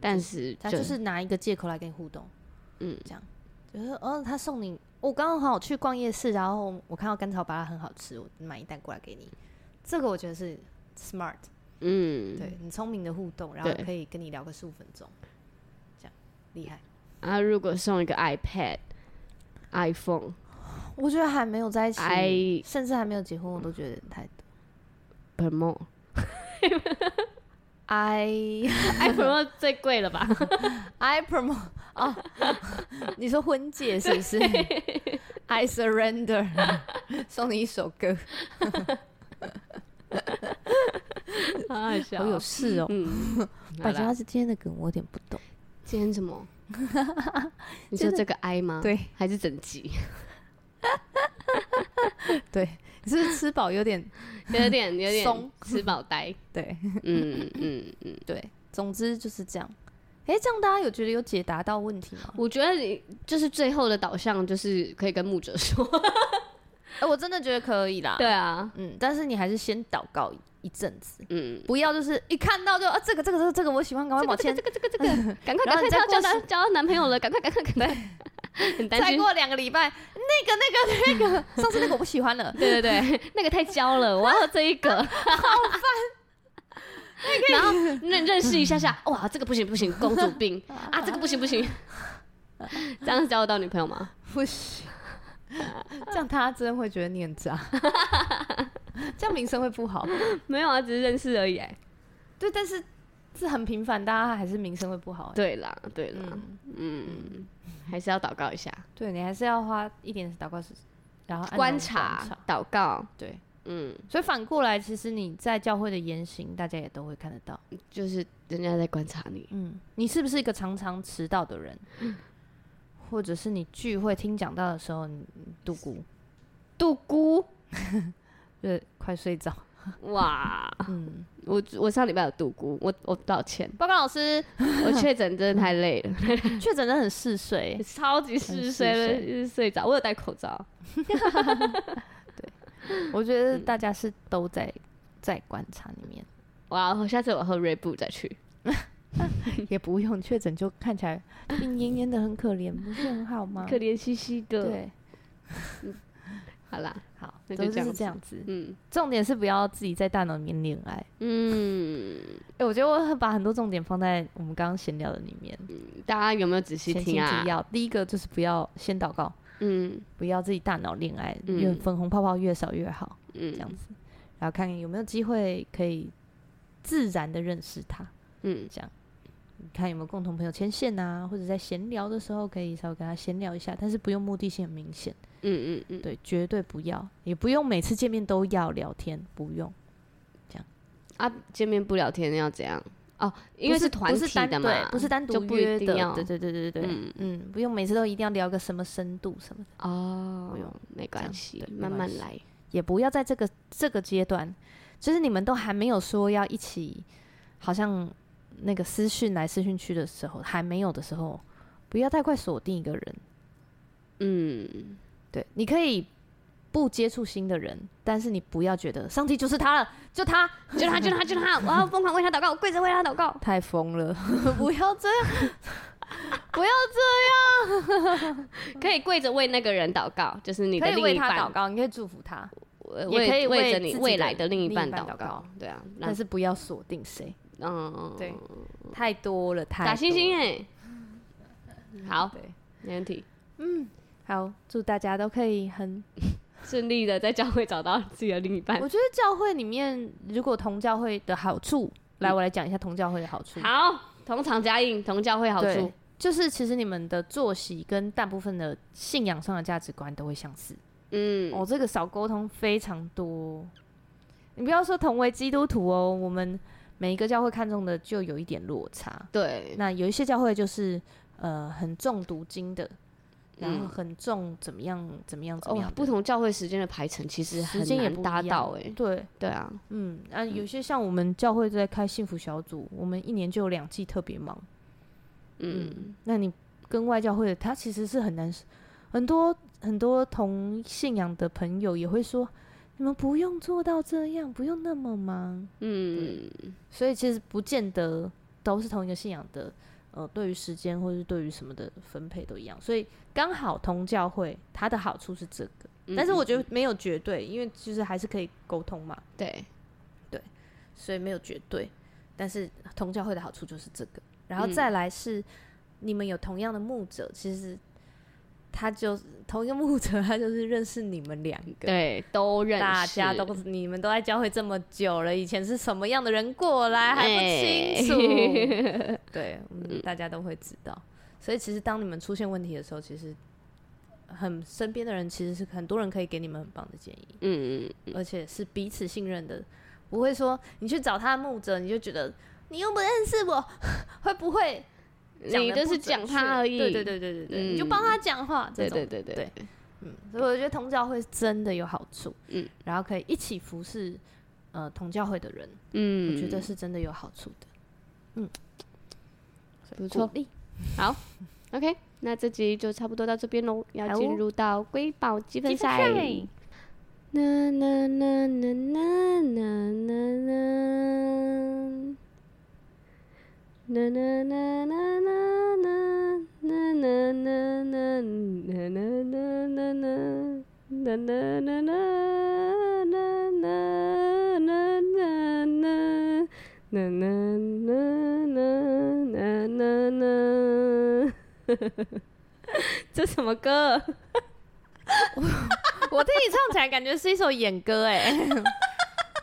[SPEAKER 2] 但是
[SPEAKER 1] 他就是拿一个借口来跟你互动，
[SPEAKER 2] 嗯，
[SPEAKER 1] 这样就是哦，他送你，我刚刚好去逛夜市，然后我看到甘草芭拉很好吃，我买一袋过来给你。这个我觉得是 smart，
[SPEAKER 2] 嗯，
[SPEAKER 1] 对很聪明的互动，然后
[SPEAKER 2] 对
[SPEAKER 1] 可以跟你聊个十五分钟，这样厉害。
[SPEAKER 2] 啊，如果送一个 iPad、iPhone，
[SPEAKER 1] 我觉得还没有在一起
[SPEAKER 2] I-
[SPEAKER 1] 甚至还没有结婚，我都觉得太多。
[SPEAKER 2] Promo，
[SPEAKER 1] I
[SPEAKER 2] i Promo 最贵了吧？
[SPEAKER 1] I promote 哦，你说婚戒是不是？I surrender，送 你一首歌，
[SPEAKER 2] 好好笑
[SPEAKER 1] 好有事哦。
[SPEAKER 2] 啊嗯，好
[SPEAKER 1] 百吉
[SPEAKER 2] 啦
[SPEAKER 1] 花是今天的梗，我有点不懂。
[SPEAKER 2] 今天 怎么？你说这个 I 吗？，
[SPEAKER 1] 对
[SPEAKER 2] 还是整 集？
[SPEAKER 1] 对，你是不是吃饱有点
[SPEAKER 2] 有点有点
[SPEAKER 1] 松
[SPEAKER 2] 吃 饱呆。
[SPEAKER 1] 对
[SPEAKER 2] 嗯 嗯嗯，
[SPEAKER 1] 对，总之就是这样。哎，这样大家有觉得有解答到问题吗？
[SPEAKER 2] 我觉得你就是最后的导向，就是可以跟牧者说。
[SPEAKER 1] 哎，我真的觉得可以啦。
[SPEAKER 2] 对，啊，
[SPEAKER 1] 嗯，但是你还是先祷告一一阵子，
[SPEAKER 2] 嗯，
[SPEAKER 1] 不要就是一看到就啊这个这个这个这个我喜欢，赶快
[SPEAKER 2] 这
[SPEAKER 1] 把
[SPEAKER 2] 个这
[SPEAKER 1] 签
[SPEAKER 2] 个。这个 这个这个，赶快
[SPEAKER 1] 然
[SPEAKER 2] 赶
[SPEAKER 1] 后
[SPEAKER 2] 快，
[SPEAKER 1] 你再
[SPEAKER 2] 她要交
[SPEAKER 1] 过
[SPEAKER 2] 到交到男朋友了，赶快赶快赶快， 很担
[SPEAKER 1] 再
[SPEAKER 2] 心。
[SPEAKER 1] 过两个礼拜，那个那个那 个，上次那个我不喜欢了，
[SPEAKER 2] 对对对， 那个太 焦了，我要这一个，好烦。 然后认认识一下下，哇，这个不行不行，公主 病啊，这个不行不行，这样交得到女朋友吗？
[SPEAKER 1] 不行，这样他真会觉得你很 渣，这样名声会不好。
[SPEAKER 2] 没有啊，只是认识而已哎。
[SPEAKER 1] 对，但是是很频繁，大家还是名声会不好、欸。
[SPEAKER 2] 对啦，对啦，
[SPEAKER 1] 嗯，
[SPEAKER 2] 嗯，还是要祷告一下，
[SPEAKER 1] 对你还是要花一点祷告时间，然后暗中
[SPEAKER 2] 观
[SPEAKER 1] 察
[SPEAKER 2] 察。、祷告，
[SPEAKER 1] 对，
[SPEAKER 2] 嗯，
[SPEAKER 1] 所以反过来，其实你在教会的言行，大家也都会看得到。
[SPEAKER 2] 就是人家在观察你。
[SPEAKER 1] 嗯，你是不是一个常常迟到的人？或者是你聚会听讲到的时候，你你度孤，
[SPEAKER 2] 杜 姑，
[SPEAKER 1] 就是快睡着。
[SPEAKER 2] 哇，
[SPEAKER 1] 嗯，
[SPEAKER 2] 我我上礼拜有杜姑，我我道 歉，
[SPEAKER 1] 报告老师，
[SPEAKER 2] 我确诊真的太累了。
[SPEAKER 1] 确诊真的很嗜睡。
[SPEAKER 2] 超级嗜睡了，
[SPEAKER 1] 很
[SPEAKER 2] 一直睡着。我有戴口罩，
[SPEAKER 1] 我觉得大家是都在在观察里 面，
[SPEAKER 2] 哇！我下次我喝瑞布再去。
[SPEAKER 1] 也不用确诊就看起来嗯
[SPEAKER 2] 嗯
[SPEAKER 1] 病恹恹的，很可怜，不是很好吗？
[SPEAKER 2] 可怜兮兮的，
[SPEAKER 1] 对，
[SPEAKER 2] 好啦，
[SPEAKER 1] 好，
[SPEAKER 2] 那
[SPEAKER 1] 总
[SPEAKER 2] 就
[SPEAKER 1] 之是
[SPEAKER 2] 这样子
[SPEAKER 1] 这样子。
[SPEAKER 2] 嗯
[SPEAKER 1] 重点是不要自己在大脑里面恋爱。
[SPEAKER 2] 嗯，
[SPEAKER 1] 哎、我觉得我把很多重点放在我们刚刚闲聊的里面。
[SPEAKER 2] 大家有没有仔细
[SPEAKER 1] 前情
[SPEAKER 2] 听啊
[SPEAKER 1] 提？要，第一个就是不要先祷告，
[SPEAKER 2] 嗯
[SPEAKER 1] 不要自己大脑恋爱，
[SPEAKER 2] 嗯
[SPEAKER 1] 越粉红泡泡越少越好，这样
[SPEAKER 2] 嗯
[SPEAKER 1] 子。然后看看有没有机会可以自然的认识他，
[SPEAKER 2] 嗯，
[SPEAKER 1] 看有没有共同朋友牵线啊，或者在闲聊的时候可以稍微跟他闲聊一下，但是不用目的性很明显。
[SPEAKER 2] 嗯嗯嗯，
[SPEAKER 1] 对，绝对不要，也不用每次见面都要聊天，不用，
[SPEAKER 2] 啊，见面不聊天要怎样？哦，因为
[SPEAKER 1] 不
[SPEAKER 2] 是
[SPEAKER 1] 是
[SPEAKER 2] 团
[SPEAKER 1] 不是
[SPEAKER 2] 体
[SPEAKER 1] 单
[SPEAKER 2] 的
[SPEAKER 1] 对
[SPEAKER 2] 嘛，
[SPEAKER 1] 不是单
[SPEAKER 2] 就
[SPEAKER 1] 独
[SPEAKER 2] 不一
[SPEAKER 1] 约
[SPEAKER 2] 定
[SPEAKER 1] 的，
[SPEAKER 2] 要
[SPEAKER 1] 对对对对对，
[SPEAKER 2] 嗯
[SPEAKER 1] 嗯不用每次都一定要聊个什么深度什么的，
[SPEAKER 2] 哦
[SPEAKER 1] 不用，
[SPEAKER 2] 没
[SPEAKER 1] 这
[SPEAKER 2] 关
[SPEAKER 1] 样
[SPEAKER 2] 系
[SPEAKER 1] 对，没
[SPEAKER 2] 慢
[SPEAKER 1] 关
[SPEAKER 2] 慢
[SPEAKER 1] 系
[SPEAKER 2] 来。
[SPEAKER 1] 也不要在这个这个阶段，就是你们都还没有说要一起，好像那个私讯来私讯去的时候，还没有的时候，不要太快锁定一个人，
[SPEAKER 2] 嗯，
[SPEAKER 1] 对，你可以。不接触新的人，但是你不要觉得上帝就是他了，就 他
[SPEAKER 2] 就他，就他，就他！我要疯狂为他祷告，我跪着为他祷告。
[SPEAKER 1] 太疯了，不要这样，不要
[SPEAKER 2] 可以跪着为那个人祷告，就是你
[SPEAKER 1] 嗯可
[SPEAKER 2] 的
[SPEAKER 1] 以
[SPEAKER 2] 另
[SPEAKER 1] 为
[SPEAKER 2] 一
[SPEAKER 1] 他
[SPEAKER 2] 半
[SPEAKER 1] 祷，告，你可以祝福他，
[SPEAKER 2] 呃
[SPEAKER 1] 也可以
[SPEAKER 2] 为
[SPEAKER 1] 为
[SPEAKER 2] 着你
[SPEAKER 1] 自己
[SPEAKER 2] 未
[SPEAKER 1] 的
[SPEAKER 2] 来的另一
[SPEAKER 1] 另一
[SPEAKER 2] 半
[SPEAKER 1] 半
[SPEAKER 2] 祷
[SPEAKER 1] 祷告。
[SPEAKER 2] 对啊，那
[SPEAKER 1] 但是不要锁定谁，
[SPEAKER 2] 嗯，
[SPEAKER 1] 对太多了，太
[SPEAKER 2] 打星星
[SPEAKER 1] 哎，
[SPEAKER 2] 哎，好，
[SPEAKER 1] 对，
[SPEAKER 2] 没问题，
[SPEAKER 1] 好，祝大家都可以很，
[SPEAKER 2] 顺利的在教会找到自己的另一半
[SPEAKER 1] 我。觉得教会里面如果同教会的好处，来我来讲一下同教会嗯的好处，
[SPEAKER 2] 好，同场加映，同教会好
[SPEAKER 1] 对
[SPEAKER 2] 处。
[SPEAKER 1] 就是其实你们的作息跟大部分的信仰上的价值观都会相似，
[SPEAKER 2] 嗯，
[SPEAKER 1] 哦，这个少沟通非常多。你不要说同为基督徒哦，我们每一个教会看重的就有一点落差。
[SPEAKER 2] 对，
[SPEAKER 1] 那有一些教会就是呃很重读经的，然后
[SPEAKER 2] 嗯
[SPEAKER 1] 很重怎么样怎么样怎么
[SPEAKER 2] 哦
[SPEAKER 1] 样，的、
[SPEAKER 2] 不同教会时间的排程其实
[SPEAKER 1] 时
[SPEAKER 2] 很
[SPEAKER 1] 间也
[SPEAKER 2] 难
[SPEAKER 1] 不一
[SPEAKER 2] 达
[SPEAKER 1] 样欸
[SPEAKER 2] 到哎。
[SPEAKER 1] 对，
[SPEAKER 2] 对啊，
[SPEAKER 1] 嗯，啊，有些像我们教会在开幸福小组，我们一年就有两季特别忙。
[SPEAKER 2] 嗯，
[SPEAKER 1] 那你跟外教会的，他其实是很难，很多很多同信仰的朋友也会说，你们不用做到这样，不用那么忙。
[SPEAKER 2] 嗯，
[SPEAKER 1] 所以其实不见得都是同一个信仰的，呃，对于时间或是对于什么的分配都一样。所以刚好同教会它的好处是这个，
[SPEAKER 2] 嗯
[SPEAKER 1] 但是我觉
[SPEAKER 2] 嗯
[SPEAKER 1] 得没有绝对，因为就是还是可以沟通嘛，
[SPEAKER 2] 对，
[SPEAKER 1] 所以没有绝对。但是同教会的好处就是这个，然
[SPEAKER 2] 嗯
[SPEAKER 1] 后再来是、你们有同样的牧者，其实他就同一个牧者，他就是认识你们两个，
[SPEAKER 2] 对，都认识，嗯
[SPEAKER 1] 大家都是你们都在教会这么久了，以前是什么样的人过来还不清楚？
[SPEAKER 2] 哎
[SPEAKER 1] 对，嗯，大家都会知道。所以其实当你们出现问题的时候，其实很身边的人其实是很多人可以给你们很棒的建议，
[SPEAKER 2] 嗯，嗯
[SPEAKER 1] 而且是彼此信任的，不会说你去找他的牧者，你就觉得你又不认识我， 会不会讲
[SPEAKER 2] 你
[SPEAKER 1] 得
[SPEAKER 2] 就
[SPEAKER 1] 不
[SPEAKER 2] 是
[SPEAKER 1] 准
[SPEAKER 2] 讲
[SPEAKER 1] 确
[SPEAKER 2] 他而已，
[SPEAKER 1] 对对对对对对，
[SPEAKER 2] 嗯
[SPEAKER 1] 你就帮他讲话，这
[SPEAKER 2] 对
[SPEAKER 1] 种
[SPEAKER 2] 对对对
[SPEAKER 1] 对嗯，所以我觉得同教会真的有好处，
[SPEAKER 2] 嗯
[SPEAKER 1] 嗯，然后可以一起服侍呃同教会的人，
[SPEAKER 2] 嗯，
[SPEAKER 1] 我觉得是真的有好处的，嗯，所以
[SPEAKER 2] 不错
[SPEAKER 1] 鼓励
[SPEAKER 2] OK。那这集就差不多到这边喽，要
[SPEAKER 1] 好
[SPEAKER 2] 进
[SPEAKER 1] 哦
[SPEAKER 2] 入到瑰宝积分
[SPEAKER 1] 积分
[SPEAKER 2] 赛。
[SPEAKER 1] 赛
[SPEAKER 2] 啦啦啦啦啦啦啦啦。啦啦啦啦啦啦啦啦啦啦啦啦啦啦啦。啦啦啦啦啦啦啦啦啦啦啦啦啦啦啦。这什么歌？
[SPEAKER 1] 我听你唱起来感觉是一首演歌哦哎，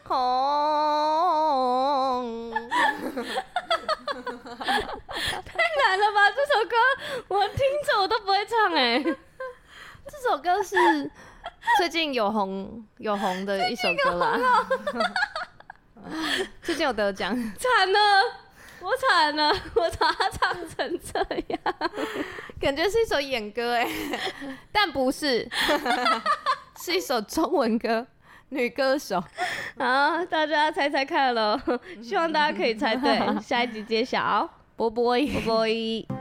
[SPEAKER 1] 红，
[SPEAKER 2] 太难了吧？这首歌我听着我都不会唱 哎、
[SPEAKER 1] 这首歌 是最近有红有红的一首歌啦，最近有得奖，
[SPEAKER 2] 惨了，我惨了，我把它唱成这样。
[SPEAKER 1] 感觉是一首演歌哎，但不是，是一首中文歌，女歌手。嗯
[SPEAKER 2] 好，大家猜猜看喽，希望大家可以猜对，下一集揭晓。
[SPEAKER 1] 波波，
[SPEAKER 2] 拜拜。